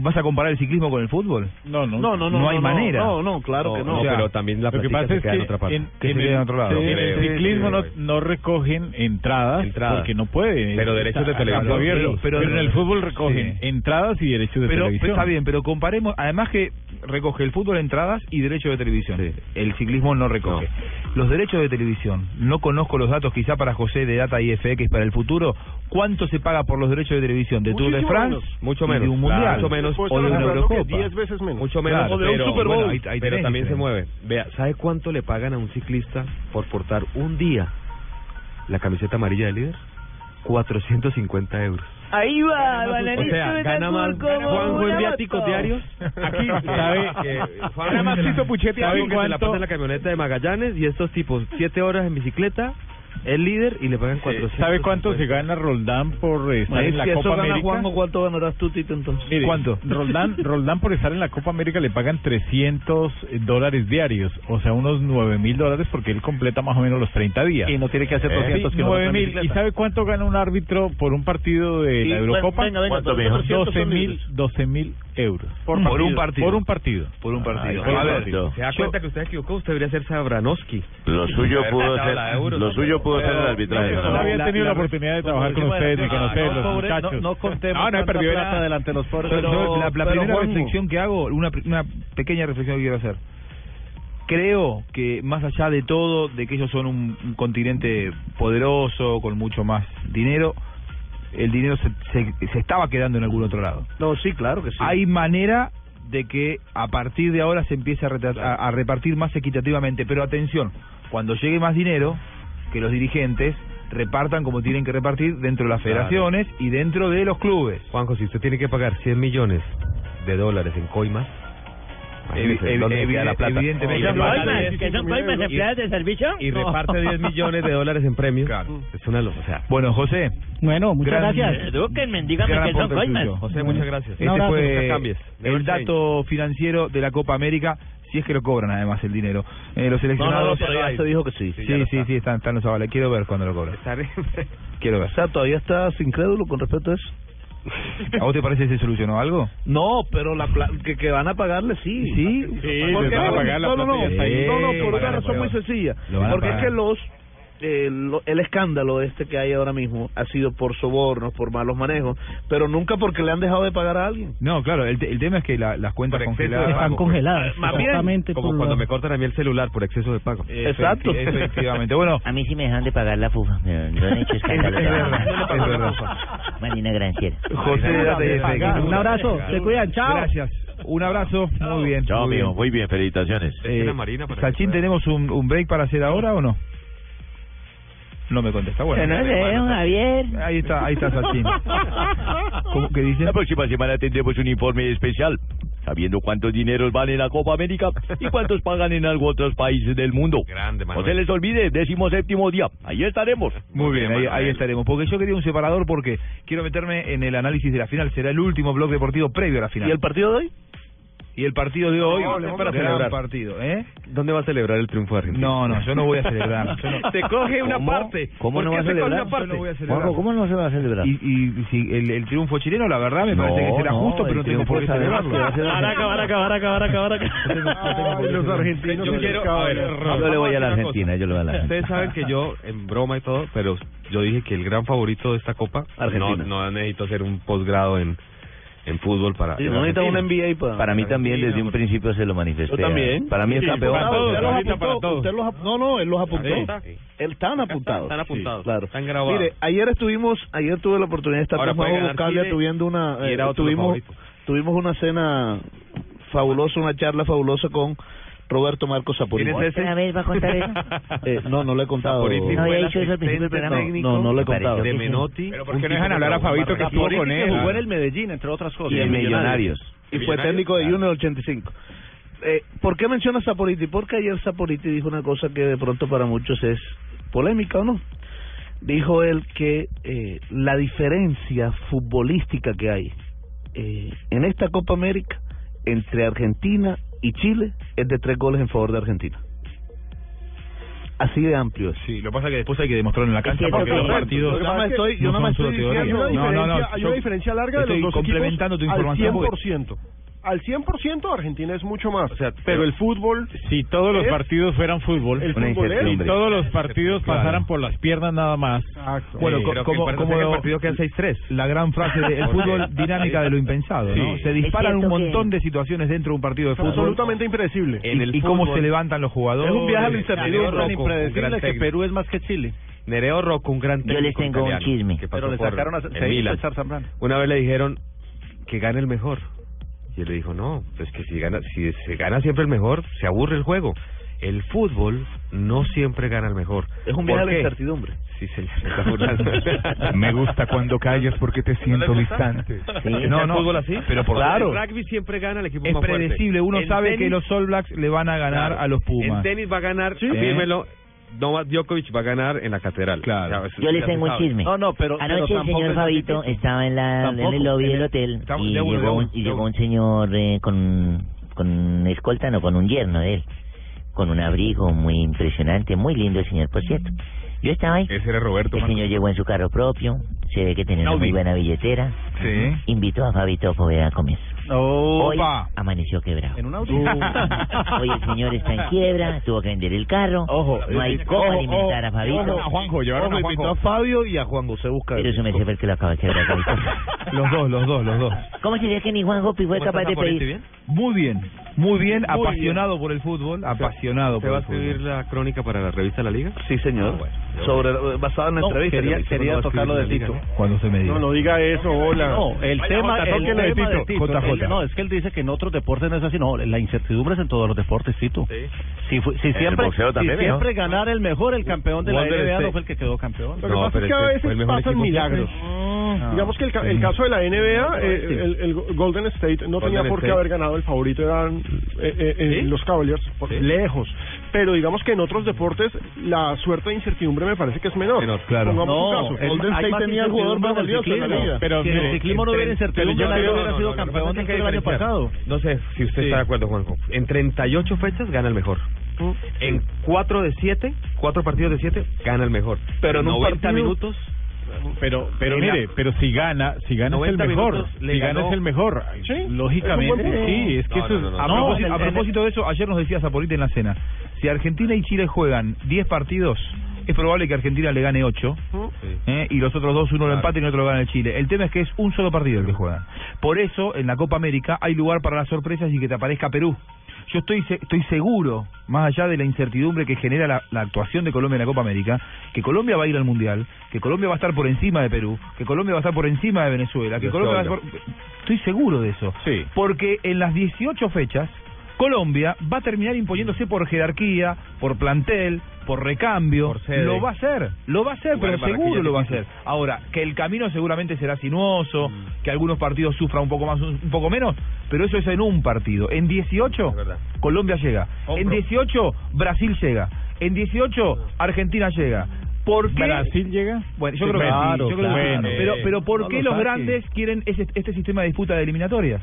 ¿Vas a comparar el ciclismo con el fútbol?
No, no.
No, no, no,
hay
no,
manera.
no, no, claro que no. O sea,
pero también la
lo que
práctica
pasa
se
es
queda en
que
otra parte.
en- Que se en- quede en otro lado.
sí,
Creo,
en
creo,
el ciclismo
creo,
no,
creo.
no recogen entradas,
Entradas.
porque no pueden.
Pero derechos de
Está a campo
televisión.
abierto.
Sí,
pero,
pero-
en el fútbol recogen
sí.
entradas y derechos de
pero pues,
televisión.
está bien, pero comparemos, además que recoge el fútbol entradas y derechos de televisión. El ciclismo no recoge. Los derechos de televisión, no conozco los datos quizá para José de Data IFX para el futuro, ¿cuánto se paga por los derechos de televisión de Tour de
Muchísimo
France?
menos.
Mucho
y
menos.
de un mundial,
Mucho menos. Pues,
o de una Eurocopa.
10 veces menos.
Mucho menos,
Claro,
pero,
pero-
bueno,
bueno,
ahí- ahí pero
tenés
también se
diferencia.
mueve. Vea, ¿sabe cuánto le pagan a un ciclista por portar un día la camiseta amarilla de líder? 450 euros.
Ahí va,
O sea, gana más Juanjo en viáticos diarios. Aquí, ¿sabe?
Gana más Tito Puchetti aquí,
que se la
¿cuánto?
pasa en la camioneta de Magallanes y estos tipos, 7 horas en bicicleta, el líder y le pagan 400.
¿Sabe cuánto se gana Roldán por eh, estar en la Copa América?
¿cuánto ganarás tú, Tito, entonces?
Mire, Roldán, Roldán por estar en la Copa América le pagan 300 dólares diarios, o sea, unos 9 mil dólares porque él completa más o menos los 30 días.
Y no tiene que hacer
Eh,
200 kilómetros
9
en
Eh, mil. ¿Y
bicicleta.
sabe cuánto gana un árbitro por un partido de
Sí,
la
bueno,
Eurocopa?
venga, venga, ¿Cuánto, pero mijo? 300
12
son
mil
libres.
12 mil euros.
Por partido.
Por un partido. Por un partido.
a ver, se da cuenta que usted se equivocó, usted debería ser Sabranowski.
Lo suyo
Haber
pudo
ganado
ser-
la Euro,
lo
¿no?
suyo pudo ser el
Pero-
arbitraje,
No,
No,
había
la-
tenido la,
la-
oportunidad de trabajar con
Bueno,
ustedes ni
ah,
conocerlos,
no, pobre,
muchachos.
no- no contemos
No, no he
tanta
perdido
plata
nada.
delante de los pobres.
Pero,
Pero-
la
pero,
primera
Juanjo.
reflexión que hago, una, pri- una pequeña reflexión que quiero hacer. Creo que más allá de todo, de que ellos son un, un continente poderoso, con mucho más dinero, el dinero se, se, se estaba quedando en algún otro lado.
No, sí, claro que sí.
Hay manera de que a partir de ahora se empiece a, retra- a- a repartir más equitativamente, pero atención, cuando llegue más dinero, que los dirigentes repartan como tienen que repartir dentro de las
Claro.
federaciones y dentro de los clubes.
Juanjo, si usted tiene que pagar 100 millones de dólares en coimas, imagínese
Evi-
dónde
evi-
queda la plata.
evidentemente.
Y
¿Son
reparte-
coimas? ¿Que son coimas
y-
empleadas
y-
de servicio?
Y
No.
reparte 10 millones de dólares en premios. Es una locura. O sea,
Bueno, José.
Bueno, muchas
gran-
gracias.
gran aporte suyo. Este
Un abrazo.
fue
Nunca cambies. Never
el
change.
dato financiero de la Copa América, si es que lo cobran además el dinero.
No, no,
Eh, los
no,
seleccionados...
pero ya se dijo que sí.
Sí,
Sí, ya
sí,
lo
sí, están, están los avales. Quiero ver cuando lo cobran. Quiero ver.
O sea, todavía estás incrédulo con respecto a eso.
¿A vos te parece que se solucionó algo?
No, pero la pla- que, que van a pagarle sí. Sí,
les van a pagar la
no, no, no,
plata y ya está ahí.
no, no,
Sí,
por
van a
una razón
pagar.
muy sencilla.
Lo van a
Porque es
pagar.
que los el, el escándalo este que hay ahora mismo ha sido por sobornos, por malos manejos, pero nunca porque le han dejado de pagar a alguien.
No, claro, el, te- el tema es que la- las cuentas congeladas
Están congeladas.
pues. Ah, Más bien,
Exactamente.
como
por
cuando
la-
me cortan a mí el celular por exceso de pago.
Exacto.
Efecti- Efectivamente. Bueno,
A mí sí me dejan de pagar la fufa. pero No han hecho escándalo.
Es- es verdad,
Marina
es verdad.
Marina Granciera.
Un abrazo, se cuidan, chao.
Gracias. Un abrazo. Muy bien.
Chao,
muy bien.
amigo. Muy bien, felicitaciones.
Eh, Sachin, ¿tenemos un, un break para hacer ahora o no? Eh, No me contesta. Bueno,
no sé, don Javier.
Ahí está, ahí está Sachin.
¿Cómo que dice? La próxima semana tendremos un informe especial, sabiendo cuántos dineros van en la Copa América y cuántos pagan en algo otros países del mundo.
Grande,
No se les olvide, décimo séptimo día. Ahí estaremos.
Muy bien, ahí, ahí estaremos. Porque yo quería un separador porque quiero meterme en el análisis de la final. Será el último blog deportivo previo a la final.
¿Y el partido de hoy?
Y el partido de hoy
No, hablemos
para
de
celebrar.
celebrar.
partido, ¿eh?
¿Dónde va a celebrar el triunfo de Argentina?
No, no, yo no voy a celebrar. Yo no-
Te coge una parte.
¿Por qué se coge una parte? Yo no voy a celebrar.
¿cómo no se va a celebrar?
Y, y si el, el triunfo chileno, la verdad, me
No,
parece que será
no,
justo, pero no
el
tengo
triunfo
por qué
está de
celebrarlo.
más, que va a ser
Baraca, baraca,
baraca, baraca, baraca.
los argentinos
Yo
se
quiero-
escapan.
a ver,
Yo le voy a la
Una cosa.
Argentina, yo le voy a la
Ustedes saben que yo, en broma y todo, pero yo dije que el gran favorito de esta Copa, no,
Argentina.
no necesito hacer un posgrado en, en fútbol
Ah,
para...
Sí,
en
no necesita
Argentina.
un MBA Para mí también, desde un principio se lo manifesté.
¿eh?
Para mí es campeón.
Usted los apuntó, usted los ap- no, no, él los
Ah,
apuntó.
Sí.
Él están apuntados.
Están apuntados.
Sí, claro.
Están grabados.
Mire, ayer estuvimos, ayer tuve la oportunidad de estar
Ahora
con
puede
Mauro
ganar
Buscaglia
Chile
tuviendo una,
y era
eh,
otro de los
tuvimos, tuvimos una cena fabulosa, una charla fabulosa con Roberto Marcos Zapurito.
¿Otra vez va a contar eso?
Eh, no, no le he contado.
Saporiti No había fue el dicho eso al principio del asistente programa. técnico
No, no le he
Pareció
contado.
que De sí. Menotti,
Pero
un tipo que trabajó en Barranca.
estuvo
Saporiti que jugó en el
Medellín, entre otras
Y en Millonarios.
Y fue técnico de Junior 85. Eh, ¿Por qué menciona Saporiti? Porque ayer Saporiti dijo una cosa que de pronto para muchos es polémica o no. Dijo él que eh, la diferencia futbolística que hay eh, en esta Copa América entre Argentina y Chile es de tres goles en favor de Argentina. Así de amplio.
Sí, lo que pasa es que después hay que demostrarlo en la cancha
es
porque los
correcto.
partidos.
Lo que pasa es que yo
no
nada más
son
estoy
solo
diciendo
teoría.
hay
No, no,
una
no.
diferencia-
Hay
yo
una diferencia larga de los
estoy
dos
complementando tu
equipos
información.
al
porque-
100%. Al 100% Argentina es mucho más.
pero
pero el fútbol...
Si todos los
es-
partidos fueran fútbol,
El Una fútbol es-
si
incertidumbre.
todos los partidos
Claro.
pasaran por las piernas nada más.
Bueno, co-
creo que
como,
el partido
como
sería el partido
que 6-3. La gran frase del
Porque-
fútbol dinámica de lo impensado, ¿no?
Sí.
Se
Es
disparan un
cierto
montón de situaciones dentro de un partido de fútbol.
Absolutamente impredecible.
Y, y cómo se levantan los jugadores.
Es un viaje a la incertidumbre
Nereo
tan
Rocco, un gran
impredecible que
técnico.
Perú
es más que Chile.
Nereo Rocco, un gran
Yo
técnico
les tengo un
italiano,
chisme.
que
Pero
pasó
le
por
sacaron a-
el
se hizo
Milan.
echar Zambrano.
Una vez le dijeron que gane el mejor. Y él le dijo, no, pues que si, gana, si se gana siempre el mejor, se aburre el juego. El fútbol no siempre gana el mejor.
Es
¿Por
un viaje a la
qué?
incertidumbre.
Sí, señor. se está burlando.
Me gusta cuando callas porque te siento distante.
No, no. fútbol así?
Pero por
El rugby siempre gana el equipo
Es
más fuerte.
predecible, uno
En
sabe que
tenis,
los All Blacks le van a ganar
Claro.
a los
En
Pumas.
tenis va a ganar, afírmelo, Novak Djokovic va a ganar en la catedral. Claro.
Yo les tengo un chisme. Anoche el señor Fabito estaba en, la, en
Tampoco.
el lobby
En
del
el-
hotel
estamos-
y,
ya voy, ya
llegó
voy,
un, y
ya
llegó
voy.
un señor eh, con, con escolta, no, con un yerno de él, con un abrigo muy impresionante, muy lindo el señor, por cierto. Yo estaba ahí.
Ese era Roberto.
El señor llegó en su carro propio, se ve que tenía una
Audi.
muy buena billetera.
Sí.
Invitó a Fabito Poveda a comer. Hoy
Opa.
amaneció quebrado. Uh.
un
Hoy el señor está en quiebra, tuvo que vender el carro. no hay cómo alimentar a Fabito.
eh, Ojo, invitó a Fabio y a Juan José Busca.
Pero eso me dice ver que lo acaba de quebrar. Fabito.
Los dos, los dos, los dos.
¿Cómo se dice que ni Juan Gopi fue
¿Cómo
capaz
estás,
de
Napoleón?
pedir?
Muy bien, muy bien,
Muy
apasionado por el fútbol, apasionado
¿Se
por
va a
el
escribir
fútbol.
la crónica para la revista La Liga? Ah,
Sí, señor. Sobre, basado en la
No,
entrevista.
quería-
Lo hizo,
quería
no lo
tocarlo
escribí
de
en la liga.
Cuando se me diga.
No, no diga eso, hola.
No, el
Vaya,
tema,
Jota,
el
tóquele de
tema
Tito.
de Tito,
JJ.
él- no, es que él dice que en otros deportes no es así, no, la incertidumbre es en todos los deportes, Tito. Si, fue- si
En el
siempre,
boxeo
si
también, ¿no?
siempre ganara el mejor, el campeón de la
Wander
NBA
este
State.
no fue el que quedó campeón.
Lo que pasa es que a veces pasan milagros.
Ah,
Digamos que el, ca- el caso de la NBA, eh, el, el Golden State no tenía
Golden
por qué
State.
haber ganado, el favorito eran eh, eh, eh,
¿Sí?
los Cavaliers, por-
Sí.
lejos. Pero digamos que en otros deportes la suerte de incertidumbre me parece que es menor.
Menor, claro.
Pongamos
No,
un caso.
el-
Golden
hay
State
más
tenía el jugador más
incertidumbre
valioso
en el
de la
ciclismo.
liga.
Pero, mire, entre- pero yo creo- no, no, no, lo que pasa es que hay que diferenciar. No sé si usted está de acuerdo, Juanjo. En 38 fechas gana el mejor. En 4 de 7, 4 partidos de 7, gana el mejor.
Pero en un
90
partido-
minutos.
Pero, pero
Mira.
mire, pero si gana, si gana es el
90
mejor.
minutos le
Si gana
ganó-
es el mejor.
Lógicamente,
sí, es que eso es.
A, propósito, a propósito de eso, ayer nos decía Zaporita en la cena, si Argentina y Chile juegan 10 partidos, es probable que Argentina le gane 8 ¿eh? y los otros dos, uno lo empate y el otro lo gana el Chile. El tema es que es un solo partido el que juegan. Por eso, en la Copa América hay lugar para las sorpresas y que te aparezca Perú. Yo estoy, se- estoy seguro, más allá de la incertidumbre que genera la, la actuación de Colombia en la Copa América, que Colombia va a ir al Mundial, que Colombia va a estar por encima de Perú, que Colombia va a estar por encima de Venezuela, que
Yo
Colombia va a
estoy
estar por- Estoy seguro de eso. Porque en las 18 fechas, Colombia va a terminar imponiéndose por jerarquía, por plantel, por recambio.
sede.
Lo va a hacer, lo va a hacer,
Jugar en
pero
Barranquilla
seguro lo va a
difícil.
hacer. Ahora, que el camino seguramente será sinuoso,
Mm.
que algunos partidos sufran un poco más, un un poco menos, pero eso es en un partido. En 18, Colombia llega. En 18, Brasil llega. En 18, Argentina llega. ¿Por qué?
¿Brasil llega?
Bueno, yo
Sí,
creo que
claro,
sí, yo creo que sí.
claro.
Pero, pero ¿por
No
qué
lo
los
saquen.
grandes quieren ese- este sistema de disputa de eliminatorias?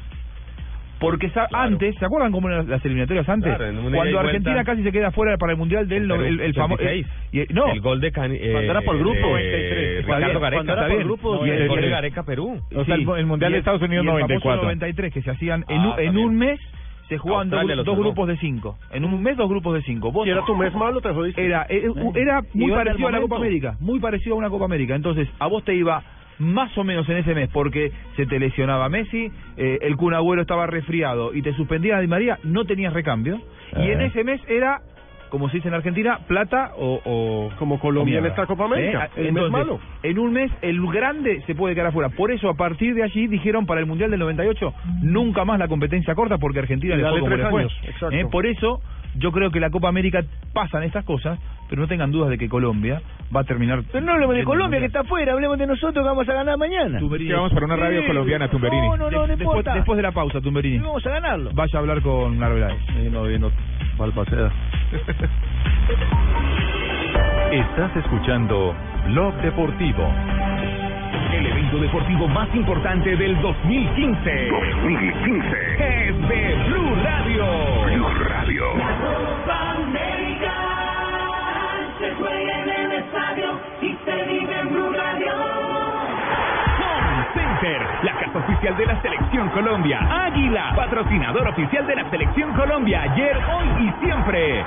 Porque sa- antes, ¿se acuerdan cómo eran las eliminatorias antes?
Claro, en una ida y
Cuando
vuelta.
Argentina casi se queda fuera para el Mundial del no-
Perú,
el, el famoso...
86.
no.
El gol de Cani. eh,
Cuando era por
de
grupo.
Ricardo
Cuando
Gareca.
era
está
por
bien.
grupo,
No,
y
y el
el-
gol de
el-
Gareca Perú.
O sea, el, el Mundial
y
de
el-
Estados Unidos
y el famoso
94.
93,
que se hacían
en un- en un
mes se jugaban dos,
Australia los
dos
ganó.
grupos de cinco. En un mes, dos grupos de cinco. Vos,
Si era tu mes malo, te jodiste.
Era, eh, u- era muy parecido a la Copa América. Muy parecido a una Copa América. Entonces, a vos te iba más o menos en ese mes porque se te lesionaba Messi, eh, el Kun Agüero estaba resfriado y te suspendían a Di María, no tenías recambio. Y en
Ah.
ese mes era, como se dice en Argentina, plata o... Eh,
como Colombia en esta Copa América. El mes malo.
en un mes el grande se puede quedar afuera. Por eso a partir de allí dijeron para el Mundial del 98 nunca más la competencia corta porque Argentina
Y
le fue
dale
como
tres
le fue.
años, exacto.
Eh, Por eso yo creo que la Copa América pasan estas cosas, pero no tengan dudas de que Colombia va a terminar.
Pero no hablemos de Colombia, que está afuera, hablemos de nosotros que vamos a ganar mañana.
Tumberini.
Que vamos para una radio Sí. colombiana, Tumberini. No, no, no, no
Después-
importa.
Después de la pausa, Tumberini.
Vamos a ganarlo.
Vaya a hablar con Arbeláez.
no vino Balbaceda.
Estás escuchando Blog Deportivo.
El evento deportivo más importante del 2015. 2015. Es de Blue Radio. Blue Radio.
Copa América se juega en el estadio y se vive en Blue Radio.
Center, la casa oficial de la Selección Colombia. Águila, patrocinador oficial de la Selección Colombia. Ayer, hoy y siempre.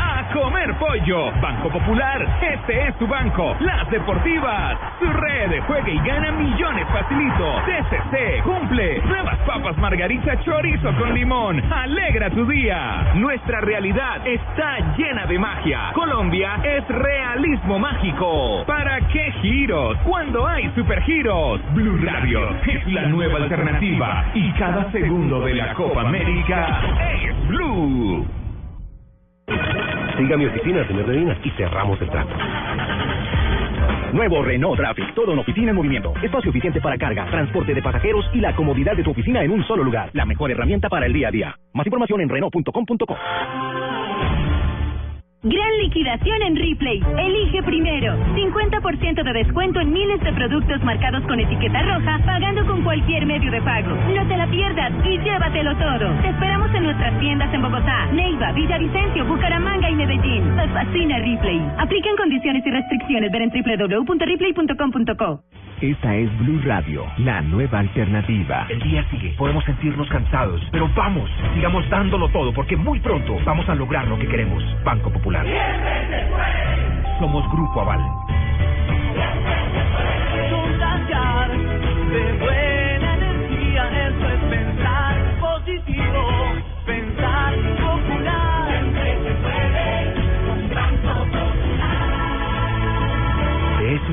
A comer pollo. Banco Popular. Este es tu banco. Las Deportivas. Su red. Juega y gana millones facilito. TCC. Cumple. Nuevas papas margarita chorizo con limón. Alegra tu día. Nuestra realidad está llena de magia. Colombia es realismo mágico. ¿Para qué giros? Cuando hay supergiros. Blue Radio es la nueva alternativa. Y cada segundo de la Copa América es Blue.
Siga mi oficina, señor Medina, y cerramos el trato.
Nuevo Renault Traffic, todo en oficina en movimiento. Espacio eficiente para carga, transporte de pasajeros y la comodidad de tu oficina en un solo lugar. La mejor herramienta para el día a día. Más información en Renault.com.co.
Gran liquidación en Ripley. Elige primero. 50% de descuento en miles de productos marcados con etiqueta roja, pagando con cualquier medio de pago. No te la pierdas y llévatelo todo. Te esperamos en nuestras tiendas en Bogotá, Neiva, Villavicencio, Bucaramanga y Medellín. Me fascina Ripley. Aplican condiciones y restricciones. Ver en www.ripley.com.co.
Esta es Blue Radio, la nueva alternativa.
El día sigue, podemos sentirnos cansados, pero vamos, sigamos dándolo todo porque muy pronto vamos a lograr lo que queremos. Banco Popular. Somos Grupo Aval.
Contagiar de buena energía, eso es pensar positivo, pensar popular. Siempre se puede con Banco
De eso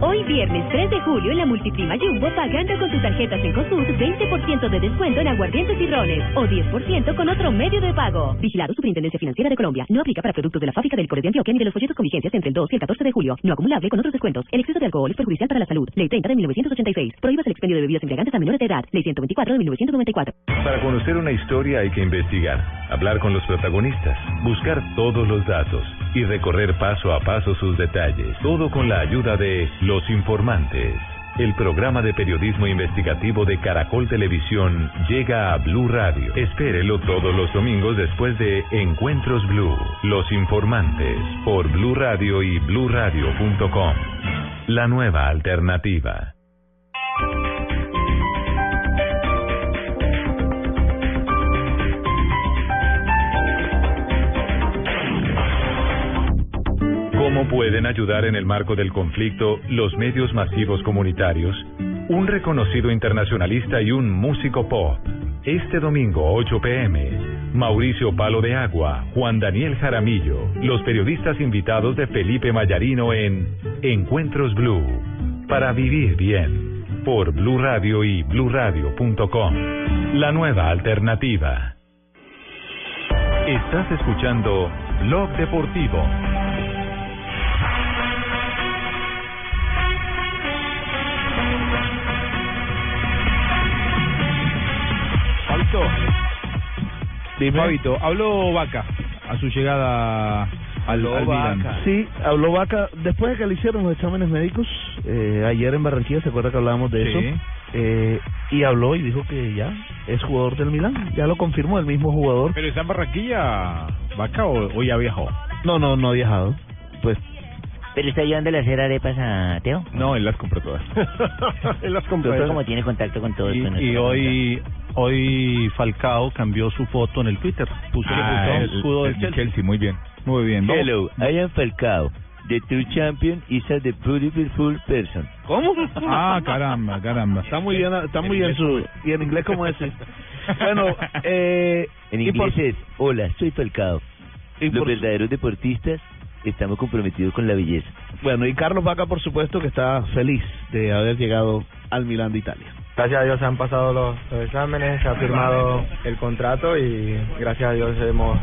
Hoy viernes 3 de julio en la Multiprima Jumbo pagando con tu tarjeta Cencosud 20% de descuento en aguardientes y rones o 10% con otro medio de pago. Vigilado Superintendencia Financiera de Colombia. No aplica para productos de la fábrica del Colegio de Antioquia ni de los folletos con vigencias entre el 2 y el 14 de julio. No acumulable con otros descuentos. El exceso de alcohol es perjudicial para la salud. Ley 30 de 1986. Prohíbas el expendio de bebidas embriagantes a menores de edad. Ley 124 de 1994.
Para conocer una historia hay que investigar, hablar con los protagonistas, buscar todos los datos y recorrer paso a paso sus detalles. Todo con la ayuda de Los Informantes. El programa de periodismo investigativo de Caracol Televisión llega a Blue Radio. Espérelo todos los domingos después de Encuentros Blue. Los Informantes por Blue Radio y bluradio.com. La nueva alternativa. ¿Cómo pueden ayudar en el marco del conflicto los medios masivos comunitarios? Un reconocido internacionalista y un músico pop. Este domingo, 8 pm, Mauricio Palo de Agua, Juan Daniel Jaramillo, los periodistas invitados de Felipe Mayarino en Encuentros Blue, para vivir bien, por Blue Radio y bluradio.com. La nueva alternativa. Estás escuchando Blog Deportivo.
Dime. Fabito, habló Vaca a su llegada al, al Milan.
Sí, habló Vaca. Después de que le hicieron los exámenes médicos, eh, ayer en Barranquilla, ¿se acuerda que hablábamos de
Sí.
eso? Eh, y habló y dijo que ya es jugador del Milán. Ya lo confirmó el mismo jugador.
¿Pero está en Barranquilla, Vaca, o, o ya viajó?
No, no, no ha viajado. Pues.
¿Pero está ayudando a hacer arepas a Teo?
No, él las compró todas.
él las compró. como tiene contacto con todos.
Y,
con
y
nuestro-
hoy hoy Falcao cambió su foto en el Twitter. Puso
Ah,
le puso
el-
un escudo del
el
Chelsea.
muy bien. Muy bien.
Hello, I am Falcao. The true champion is a the beautiful person.
¿Cómo?
Ah, caramba,
caramba.
Está muy bien, está muy bien su. ¿Y en inglés cómo es? bueno, eh.
En
y por-
inglés es, hola, soy Falcao. Los verdaderos deportistas estamos comprometidos con la belleza.
Bueno, y Carlos Vaca, por supuesto, que está feliz de haber llegado al Milán de Italia.
Gracias a Dios se han pasado los, los exámenes, se ha firmado el contrato y gracias a Dios hemos,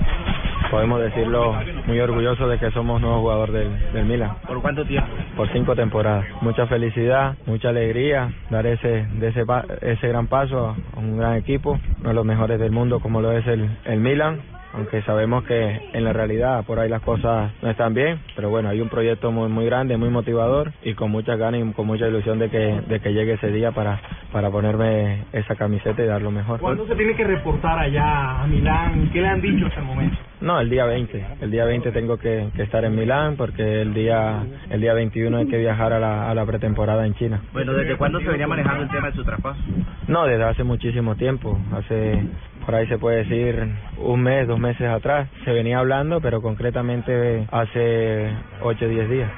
podemos decirlo, muy orgullosos de que somos nuevos jugadores del, del Milan.
¿Por cuánto tiempo?
Por cinco temporadas. Mucha felicidad, mucha alegría, dar ese, de ese, pa- ese gran paso a un gran equipo, uno de los mejores del mundo como lo es el, el Milan. Aunque sabemos que en la realidad por ahí las cosas no están bien, pero bueno, hay un proyecto muy muy grande, muy motivador y con muchas ganas y con mucha ilusión de que de que llegue ese día para para ponerme esa camiseta y dar lo mejor.
¿Cuándo se tiene que reportar allá a Milán? ¿Qué le han dicho hasta el momento?
No, el día 20. El día 20 tengo que, que estar en Milán porque el día el día 21 hay que viajar a la, a la pretemporada en China.
Bueno, ¿desde cuándo se venía manejando el tema de su traspaso?
No, desde hace muchísimo tiempo, hace por ahí se puede decir un mes, dos meses atrás, se venía hablando, pero concretamente hace 8 o 10 días.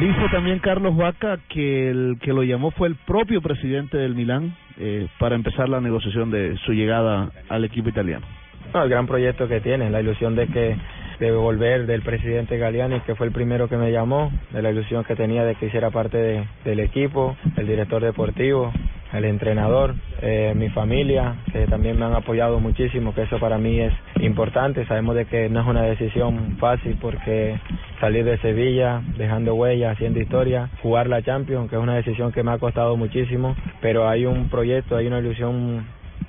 Dijo también Carlos Vaca que el que lo llamó fue el propio presidente del Milán eh, para empezar la negociación de su llegada al equipo italiano.
No, el gran proyecto que tiene, la ilusión de que de volver del presidente Galeani, que fue el primero que me llamó, de la ilusión que tenía de que hiciera parte de- del equipo, el director deportivo, el entrenador, eh, mi familia, que también me han apoyado muchísimo, que eso para mí es importante. Sabemos de que no es una decisión fácil porque salir de Sevilla, dejando huella, haciendo historia, jugar la Champions, que es una decisión que me ha costado muchísimo, pero hay un proyecto, hay una ilusión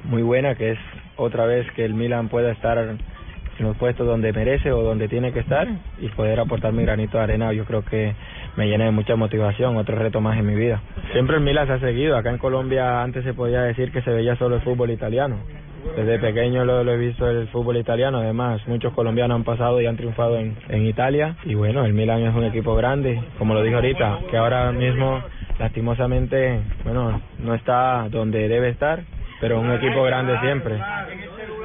muy buena que es otra vez que el Milan pueda estar en los puestos donde merece o donde tiene que estar y poder aportar mi granito de arena yo creo que me llena de mucha motivación otro reto más en mi vida siempre el Milan se ha seguido acá en Colombia antes se podía decir que se veía solo el fútbol italiano desde pequeño lo, lo he visto el fútbol italiano además muchos colombianos han pasado y han triunfado en, en Italia y bueno el Milan es un equipo grande como lo dije ahorita que ahora mismo lastimosamente bueno no está donde debe estar pero un equipo grande siempre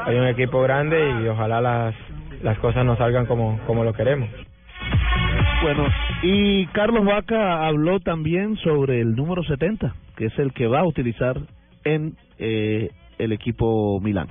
hay un equipo grande y ojalá las las cosas nos salgan como como lo queremos.
Bueno, y Carlos Vaca habló también sobre el número 70, que es el que va a utilizar en eh, el equipo Milán.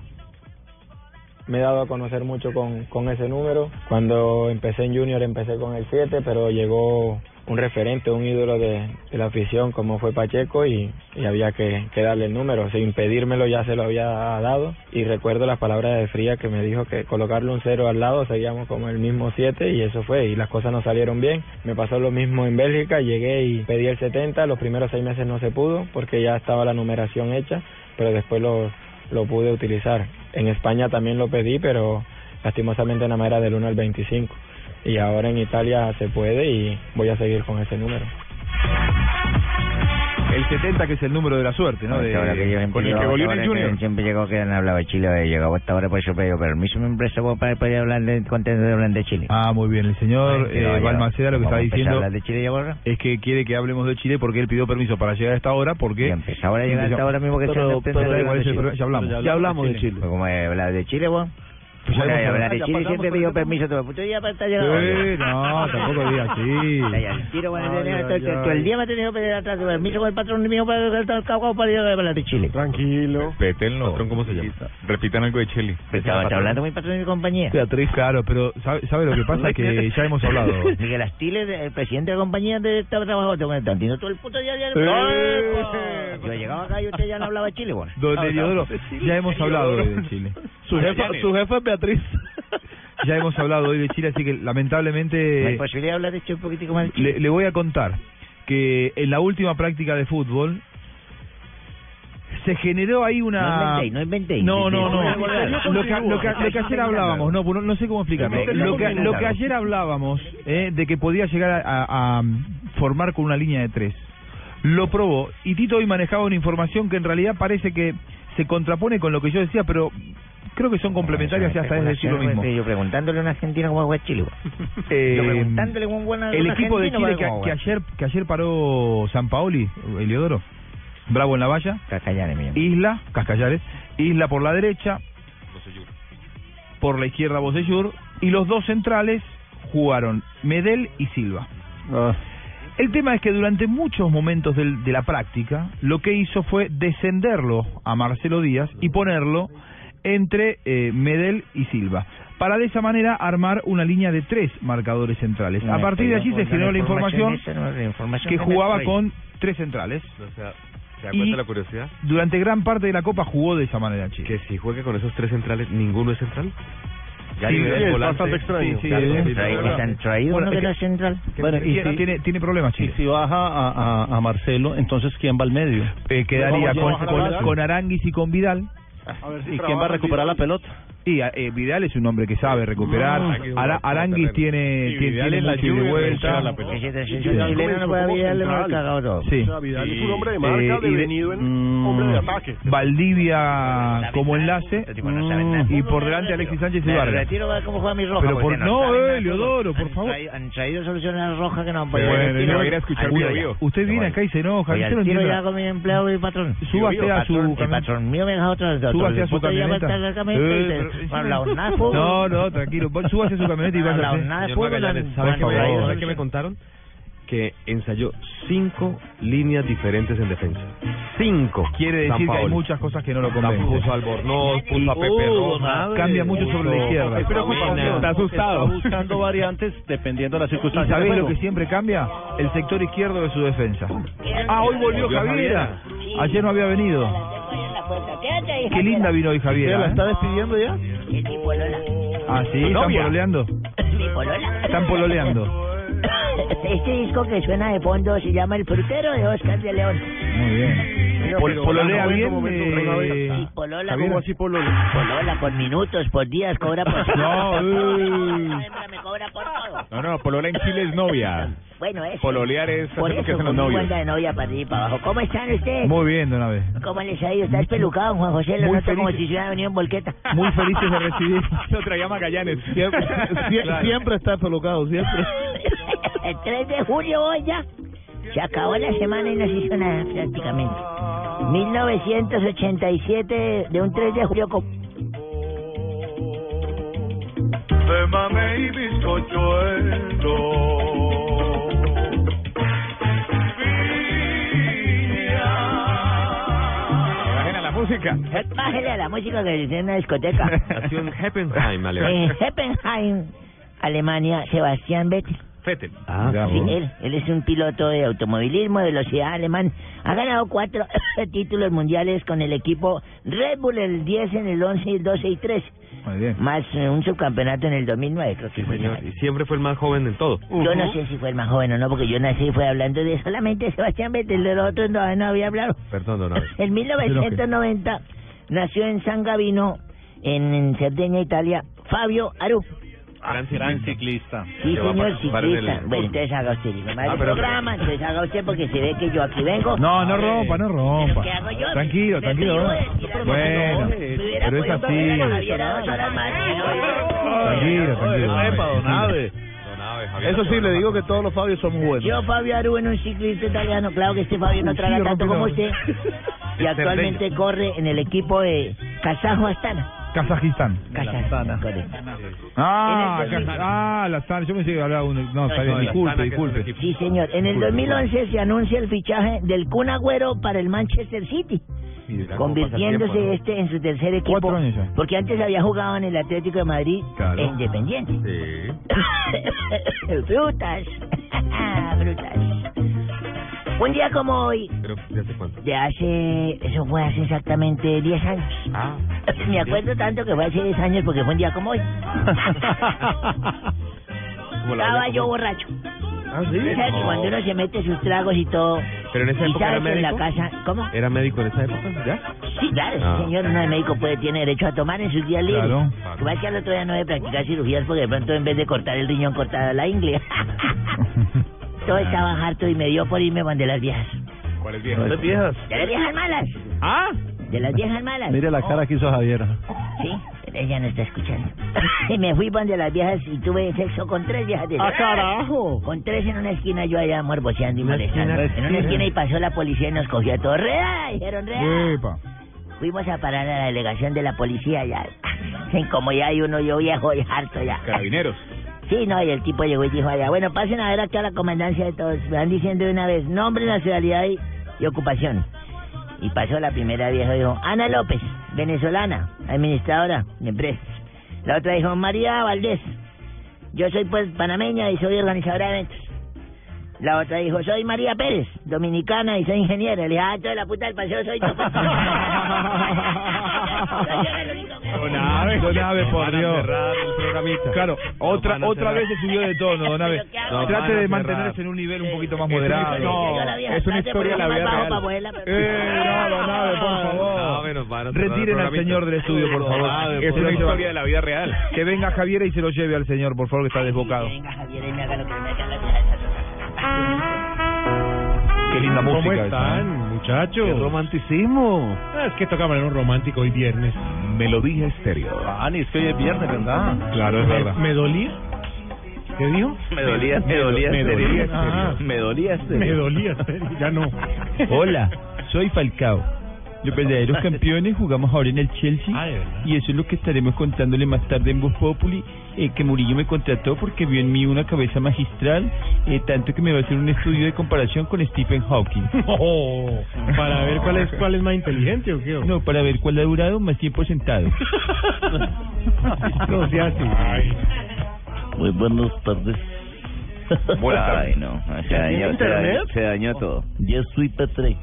Me he dado a conocer mucho con, con ese número. Cuando empecé en Junior empecé con el 7, pero llegó un referente, un ídolo de, de la afición como fue Pacheco y, y había que, que darle el número, sin pedírmelo ya se lo había dado y recuerdo las palabras de Fría que me dijo que colocarle un cero al lado seguíamos como el mismo 7 y eso fue y las cosas no salieron bien. Me pasó lo mismo en Bélgica, llegué y pedí el 70, los primeros seis meses no se pudo porque ya estaba la numeración hecha, pero después lo, lo pude utilizar. En España también lo pedí, pero lastimosamente nada más era del 1 al 25 y ahora en Italia se puede y voy a seguir con ese número.
El 70 que es el número de la suerte, ¿no? De,
este ahora que yo
con el que volvió en el Junior.
Siempre llegó que no hablaba de Chile, eh, llegaba hasta ahora por eso pedí permiso, me empresa para poder hablar de contento de hablar de Chile.
Ah, muy bien, el señor
Ay, pero
eh,
ya,
Balmaceda lo que
¿vamos
está
a empezar a
diciendo
hablar de Chile ya, Borja?
es que quiere que hablemos de Chile porque él pidió permiso para llegar a esta hora porque...
Empezó ahora a llegar hasta ahora mismo que
Pero-
son las
pero da igual, es el programa, ya hablamos. Ya hablamos de Chile.
Pues como eh, hablar de Chile, vos.
Pues ya
Bueno,
hemos
hablar
hablado,
de
ya
Chile
pasamos
siempre
por
pidió
este
permiso, todo puto día para estar llegando.
Sí, no, tampoco diga así.
Tiro, bueno,
Ay,
tenés-
ay,
todo- todo-
ay.
todo el día me ha tenido que pedir atrás permiso con el patrón mío para estar cagado para ir a hablar de Chile.
Tranquilo.
Petelno. ¿cómo se llama? Repitan algo de Chile.
Estaba hablando muy patrón de compañía.
Beatriz, claro, pero ¿sabe, sabe lo que pasa? que ya hemos hablado.
Miguel Astiles, el presidente de la compañía de estaba trabajando con el Tantino todo el puto día. día-
Eh.
Yo llegaba acá y usted ya no hablaba de Chile, bueno.
Don Heliodoro, ya hemos hablado hoy de Chile.
Su jefa, su jefa es Beatriz.
Ya hemos hablado hoy de Chile, así que
No
lamentablemente
hay posibilidad de hablar de Chile un poquitico más de Chile.
le, le voy a contar que en la última práctica de fútbol se generó ahí una...
No inventéis,
No,
no inventéis.
no, no.
Inventéis.
Lo que, lo que- lo que ayer hablábamos, no, no, no sé cómo explicarlo. Lo que, lo que ayer hablábamos eh, de que podía llegar a, a- a formar con una línea de tres, lo probó y Tito hoy manejaba una información que en realidad parece que se contrapone con lo que yo decía, pero creo que son complementarias y hasta es decir lo mismo.
pues, Yo preguntándole a un argentino cómo juega Chile, bueno.
Eh,
Yo preguntándole cómo juega un
el equipo de
argentino,
Chile
bueno,
que,
cómo
que
juega.
ayer que ayer paró San Paoli, Eliodoro, Bravo en la valla,
Cacallanes, mi
Isla, Cascallares, Isla por la derecha, por la izquierda Bocellur, y los dos centrales jugaron Medel y Silva.
Ah.
El tema es que durante muchos momentos del- de la práctica, lo que hizo fue descenderlo a Marcelo Díaz y ponerlo entre eh, Medel y Silva, para de esa manera armar una línea de tres marcadores centrales. A partir de allí se generó la información
esa no es la información
que
me
jugaba
trae.
con tres centrales.
O sea, ¿se da
Y-
cuenta la curiosidad?
Durante gran parte de la Copa jugó de esa manera Chile.
Que si juega con esos tres centrales, ninguno es central.
Sí,
nivel
es
volante.
bastante extraño.
Sí, sí,
Claro,
es-
sí,
traído,
claro.
están traídos,
Uno
Bueno,
que
es
no
Ah,
que-
es central.
Bueno, y si-
tiene, tiene problemas Chile.
Y si baja a, a, a Marcelo, entonces ¿quién va al medio?
Eh, quedaría con, con, con Aranguis y con Vidal.
A ver si ¿Y quién va a recuperar la pelota?
Y eh, Vidal es un hombre que sabe recuperar.
No.
Ara- Aranguis tiene,
Y
tiene,
Vidal
tiene
en la
mucho ida y
lluvia
vuelta.
recupera la pelota.
Ese
Sí.
defensor chileno no puede haberle mal cagado todo.
Sí.
O sea, Vidal es
Sí.
un hombre de marca,
Eh, y de- mm,
devenido en hombre de ataque.
Valdivia como enlace mm, y por delante Alexis Sánchez y
Me
Vargas.
retiro a ver cómo juega mi roja.
Pero
porque
por no,
saben nada.
eh, Leodoro, por favor.
Traído- Han traído soluciones a la roja que no han podido.
Bueno,
Retiro-
no, Uy,
Ayuda ya.
Usted viene acá y se enoja.
Voy
yo
al
no
tiro
entiendo
ya
nada.
con mi empleado y mi patrón.
Súbase
Yo, yo,
a su
patrón, El
camioneta.
patrón mío me deja otro. otro-
Súbase a su
otro día va a
camioneta.
estar en la camioneta y
Eh,
te-
pero encima-
no ha hablado nada de fútbol.
No, no, tranquilo. Vos Súbase a su camioneta y
No ha
vaya.
hablado
¿sí?
nada de
Señor
fútbol.
Magallanes,
no-
¿sabe
no
qué me-
han traído
sabe qué me contaron? Que ensayó cinco líneas diferentes en defensa. Cinco.
Quiere decir que hay muchas cosas que no lo convencen.
Puso a Albornoz, puso a Pepe Rojas.
Cambia mucho sobre la izquierda.
Es preocupación.
Está asustado.
Está
buscando variantes dependiendo de las
¿Y
circunstancias.
sabés lo que siempre cambia? El sector izquierdo de su defensa. Ah, hoy volvió
Volvió
Javiera.
Javiera.
Ayer no había venido. Qué linda vino hoy Javiera.
¿Usted la está
despidiendo ya?
Es mi polola.
Ah, sí, están
Novia.
pololeando.
Mi polola.
Están pololeando.
Este disco que suena de fondo se llama El frutero de Oscar de León.
Muy bien. Pol- pololea bien. eh,
Sí, polola.
Javiera.
como- Polola por minutos, por días, cobra por...
No,
Esta hembra me cobra por todo.
No, no, Polola en Chile es novia.
Bueno, eso.
Pololear es
Por
hacer lo que
eso,
hacen los
con mi
novios.
cuenta de novia para arriba y para abajo. ¿Cómo están ustedes?
Muy bien, don Abe.
¿Cómo les ha ido? Estás pelucado, Juan José. Lo
Muy
noto como
feliz.
si se hubiera venido en volqueta.
Muy felices de recibir.
Lo traía Magallanes.
Siempre- sie- siempre
está colocado, siempre.
El 3 de julio hoy ya. Se acabó la semana y no se hizo nada prácticamente. 1987 de un 3 de julio con
De mame y bizcochuelo.
Bajen a la música.
Bájale a la música que se en una discoteca.
Nació en Eh, Heppenheim, Alemania.
En Heppenheim, Alemania, Sebastián Vettel.
Fettel.
Ah, sí, él, él es un piloto de automovilismo de velocidad alemán. Ha ganado cuatro títulos mundiales con el equipo Red Bull el 10 en el 11, el 12 y 13.
Muy bien.
Más eh, un subcampeonato en el 2009, creo que
Sí,
fue.
señor. Y siempre fue el más joven en todo.
Yo no sé si fue el más joven o no, porque yo nací fue hablando de solamente Sebastián Vettel, de los otros no, no había hablado.
Perdón, don Abel.
En 1990 nació en San Gavino, en, en Cerdeña, Italia, Fabio Aru.
Ah,
Gran
Gran ciclista.
Sí, señor ciclista. Bueno, entonces haga usted. hijo de madre,
Ah, pero-
programa, entonces haga usted porque se ve que yo aquí vengo.
No, no rompa, no rompa.
¿Qué hago yo?
Tranquilo,
Me eh,
tranquilo.
privo
don-
de tirar los
Bueno,
goles. Me hubiera
pero es
podido
así.
comer a Javier a dos horas más, ¿no?
Tranquilo, tranquilo.
Epa, don Abe. Eso sí, le digo que todos los Fabios son
Pues
buenos.
Yo, Fabio Aru, en un ciclista italiano, claro que este Fabio no traga tanto como usted. Y actualmente corre en el equipo de Kazajo Astana.
Kazajistán.
Kazajistán, correcto.
Ah,
En el
Kaz- ah, la Astana. Yo me que hablaba uno. No, está bien,
no, la
disculpe,
Astana, que es un
disculpe.
Sí, señor. En el 2011 se anuncia el fichaje del Kun Agüero para el Manchester City, convirtiéndose este en su tercer equipo.
Cuatro años ya.
Porque antes había jugado en el Atlético de Madrid
Claro.
e Independiente.
Sí.
Brutas.
Ah,
Brutas. Un día como hoy,
Pero, ¿de hace cuánto?
de hace, eso fue hace exactamente 10 años.
Ah.
Me acuerdo tanto que fue hace 10 años porque fue un día como hoy.
Como la
Estaba
doña
yo
Común.
borracho.
Ah, sí.
O sea, que
No.
cuando uno se mete sus tragos y todo,
Pero en esa
y
época
sabe
era
que en la
médico.
casa, ¿cómo?
¿Era médico en esa época? ¿Ya?
Sí, claro,
Ah.
sí, señor, uno de médico puede, tiene derecho a tomar en sus días libres.
Claro.
Lo que pasa es que al otro día no debe practicar cirugías porque de pronto en vez de cortar el riñón, cortaba la ingle. todo estaba harto y me dio por irme cuando las viejas.
¿Cuál es
¿Dónde viejas?
De las viejas malas.
¿Ah?
De las viejas malas.
Mire la cara que hizo Javier.
Sí, pero ella no está escuchando. y me fui pan de las viejas y tuve sexo con tres viejas de
¡Ah, carajo!
Con tres en una esquina yo allá morboseando y
Una esquina,
molestando. en
esquina.
una esquina y pasó la policía y nos cogió a todos. ¡Reda! Dijeron, ¡Reda!
Epa.
Fuimos a parar a la delegación de la policía ya. En como ya hay uno, yo viejo y harto ya.
Carabineros.
Sí, no, y el tipo llegó y dijo allá, bueno, pasen a ver acá a la comandancia de todos. Me van diciendo de una vez, nombre, nacionalidad y, y ocupación. Y pasó la primera vieja, dijo, Ana López, venezolana, administradora de empresas. La otra dijo, María Valdés, yo soy pues panameña y soy organizadora de eventos. La otra dijo, soy María Pérez, dominicana y soy ingeniera. Le dije, ah, toda la puta del paseo soy yo. pues". Yo era el único que-
Don Abe, don Abe, por Dios. Claro, otra
van a
otra
cerrar.
vez se subió de tono, don Abe.
Pero ¿qué hago?
Nos van
Trate
a
de
cerrar.
mantenerse en un nivel un poquito más
es una
moderado.
historia.
Yo a la vieja,
es una
trate de
historia de la
ponerme
vida
más bajo
real.
para poderla-
Eh, no, don Abe, por
No,
favor.
bueno, van a cerrar el
Retiren al
programita.
señor del estudio, por favor.
Ah, de
Es
por
una
favor.
historia de la vida real. Que venga Javier y se lo lleve al señor, por favor, que está desbocado.
Venga, Javier, y me haga lo que me haga la vieja esa
Qué linda
¿Cómo
música. esa,
están,
¿eh?
muchachos?
¡Qué romanticismo!
Ah, es que tocaban en un romántico hoy viernes. Melodía estéreo.
Ah, ni es que hoy es viernes, ¿verdad?
Claro, es verdad. ¿Me dolía? ¿Qué dijo?
Me dolía, me dolía,
me
estéreo.
dolía. Ah,
Me dolía, estéreo.
me dolía, estéreo, ya no.
Hola, soy Falcao. pues, Los
pues,
verdaderos campeones jugamos ahora en el Chelsea
Ah, de verdad.
y eso es lo que estaremos contándole más tarde en Voz Populi, eh, que Murillo me contrató porque vio en mí una cabeza magistral, eh, tanto que me va a hacer un estudio de comparación con Stephen Hawking.
Oh, para ver cuál es cuál es más inteligente o qué.
No, para ver cuál ha durado más tiempo sentado.
No sea así.
Muy buenas tardes.
Buenas
Ay,
tardes.
no. Se
¿Tiene
dañó, se dañó,
internet?
se dañó todo. Yo soy Petre.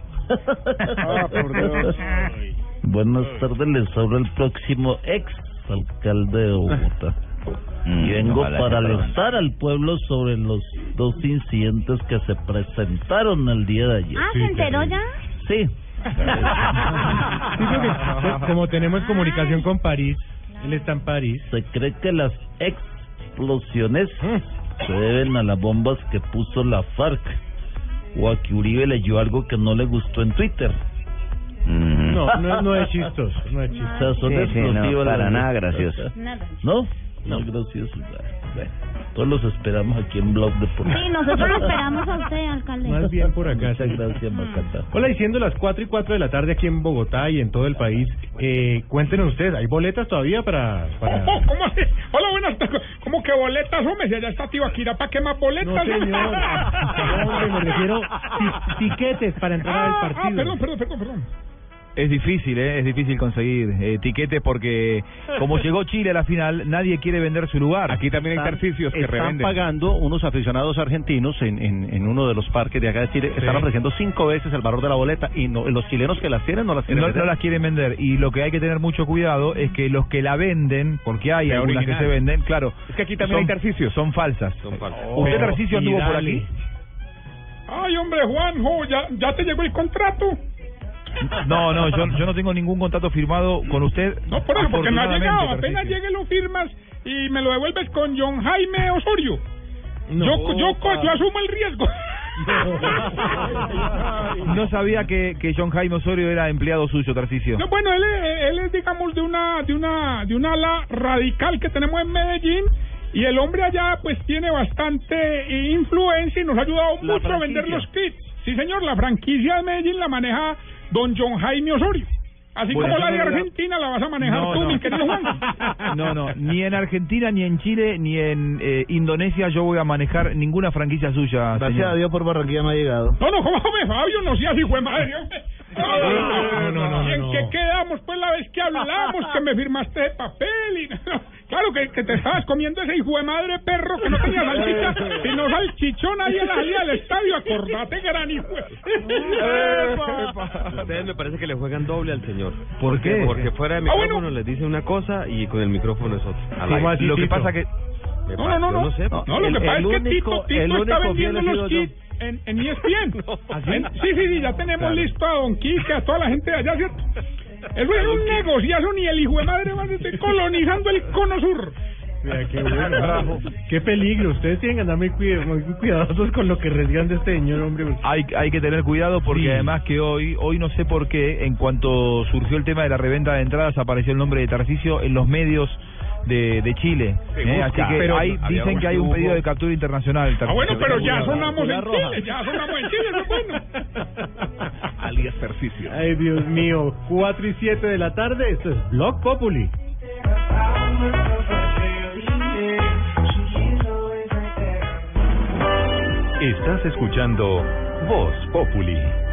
Ah, por Dios.
Ah,
Buenas tardes, les habla el próximo ex alcalde de Bogotá. Y vengo
ojalá
para
sea pronto.
alertar al pueblo sobre los dos incidentes que se presentaron el día de ayer.
Ah, ¿se enteró ya?
Sí.
Sí, porque como tenemos comunicación con París, él está en París.
Se cree que las explosiones
Mm.
se deben a las bombas que puso la FARC o a que Uribe leyó algo que no le gustó en Twitter. Mm.
No, no, no es chistoso, no es
O
chistoso.
sea, son
Sí, sí, no,
explosivas
para
las-
nada gracioso.
Nada.
¿No? No, gracioso. Bueno, todos los esperamos aquí en Blog Deportivo.
Sí, nosotros lo esperamos a usted, alcalde.
Más bien por acá.
Muchas
sí.
gracias,
Macata.
Hola, y siendo las 4 y 4 de la tarde aquí en Bogotá y en todo el país, eh, cuéntenos ustedes, ¿hay boletas todavía para...? para...
Ojo, ¿Cómo así? Hola, buenas tardes. ¿Cómo que boletas, hombre? Si allá está Tibaquira, ¿para qué más boletas?
No, señor. No, hombre, me refiero ti- tiquetes para entrar al
Ah, ah,
partido.
perdón, perdón, perdón, perdón.
Es difícil, ¿eh? es difícil conseguir eh, tiquetes porque como llegó Chile a la final, nadie quiere vender su lugar. Aquí también
Están- Están pagando unos aficionados argentinos en, en, en uno de los parques de acá de Chile. Están ofreciendo cinco veces el valor de la boleta y no, los chilenos que las tienen no las tienen.
No, no las quieren vender y lo que hay que tener mucho cuidado es que los que la venden, porque hay
Sea
algunas
original.
que se venden, claro.
Es que aquí también hay
Tarcicio. Son falsas. Eh, ¿Usted
Pero-
Tarcicio anduvo
y
por
dale.
aquí?
Ay, hombre, Juanjo, ya, ya te llegó el contrato.
No, no, yo, yo no tengo ningún contrato firmado con usted.
No, por eso, porque no ha
afortunadamente,
llegado. Apenas
Tarcisio.
llegue lo firmas y me lo devuelves con John Jaime Osorio.
No,
yo, yo,
padre.
yo asumo el riesgo.
No sabía que, que John Jaime Osorio era empleado suyo, Tarcicio.
No, bueno, él, es- él es, digamos, de una, de una, de una ala radical que tenemos en Medellín. Y el hombre allá, pues, tiene bastante eh, influencia y nos ha ayudado mucho a vender los kits. Sí, señor, la franquicia de Medellín la maneja don John Jaime Osorio. Así
Bueno,
como la
eso
de
no era-
Argentina la vas a manejar
No,
tú,
no.
mi querido Juan.
No, no, ni en Argentina, ni en Chile, ni en eh, Indonesia yo voy a manejar ninguna franquicia suya.
Gracias a Dios por Barranquilla me ha llegado.
No, no, hombre, Fabio, no seas hijo de madre, hombre.
No, no, no,
¿Y en
no.
qué quedamos? Pues la vez que hablamos, que me firmaste de papel y... Claro que, que te estabas comiendo ese hijo de madre perro que no tenía salchicha, sino salchichón ahí en la salida del estadio, acordate, gran hijo. de-
Ustedes me parece que le juegan doble al señor.
¿Por
Porque-
qué?
Porque fuera de
Ah,
micrófono les dice una cosa y con el micrófono es otra. Al aire.
¿Cómo así,
Lo que
Tito?
pasa que... Me
No,
pasa-
no, no,
yo
no.
sé.
No, lo
El-
que pasa
el
es que Tito,
único- el
Tito está
único fiel
vendiendo
ha sido
los
yo.
kits en, en E ESPN.
¿Así?
En- sí, sí, sí, ya tenemos
Claro.
listo a Don Quique, a toda la gente de allá, ¿cierto? Eso es un negociazo, ni el hijo de madre va a estar colonizando el cono sur.
Mira, qué bueno. Qué peligro. Ustedes tienen que andar muy, cuida- muy cuidadosos con lo que reciban de este señor, hombre.
Hay, hay que tener cuidado porque además que hoy, hoy no sé por qué, en cuanto surgió el tema de la reventa de entradas, apareció el nombre de Tarcicio en los medios de, de Chile.
Se
¿eh?
busca.
Así que
Pero
hay-
había
dicen que hay un
busco.
pedido de captura internacional.
Ah, bueno,
Tarcisio.
pero ya sonamos en Chile, ya sonamos en Chile, eso es bueno.
Alias ejercicio. Ay, Dios mío. 4 y 7 de la tarde. Esto es Blog Populi.
Estás escuchando Voz Populi.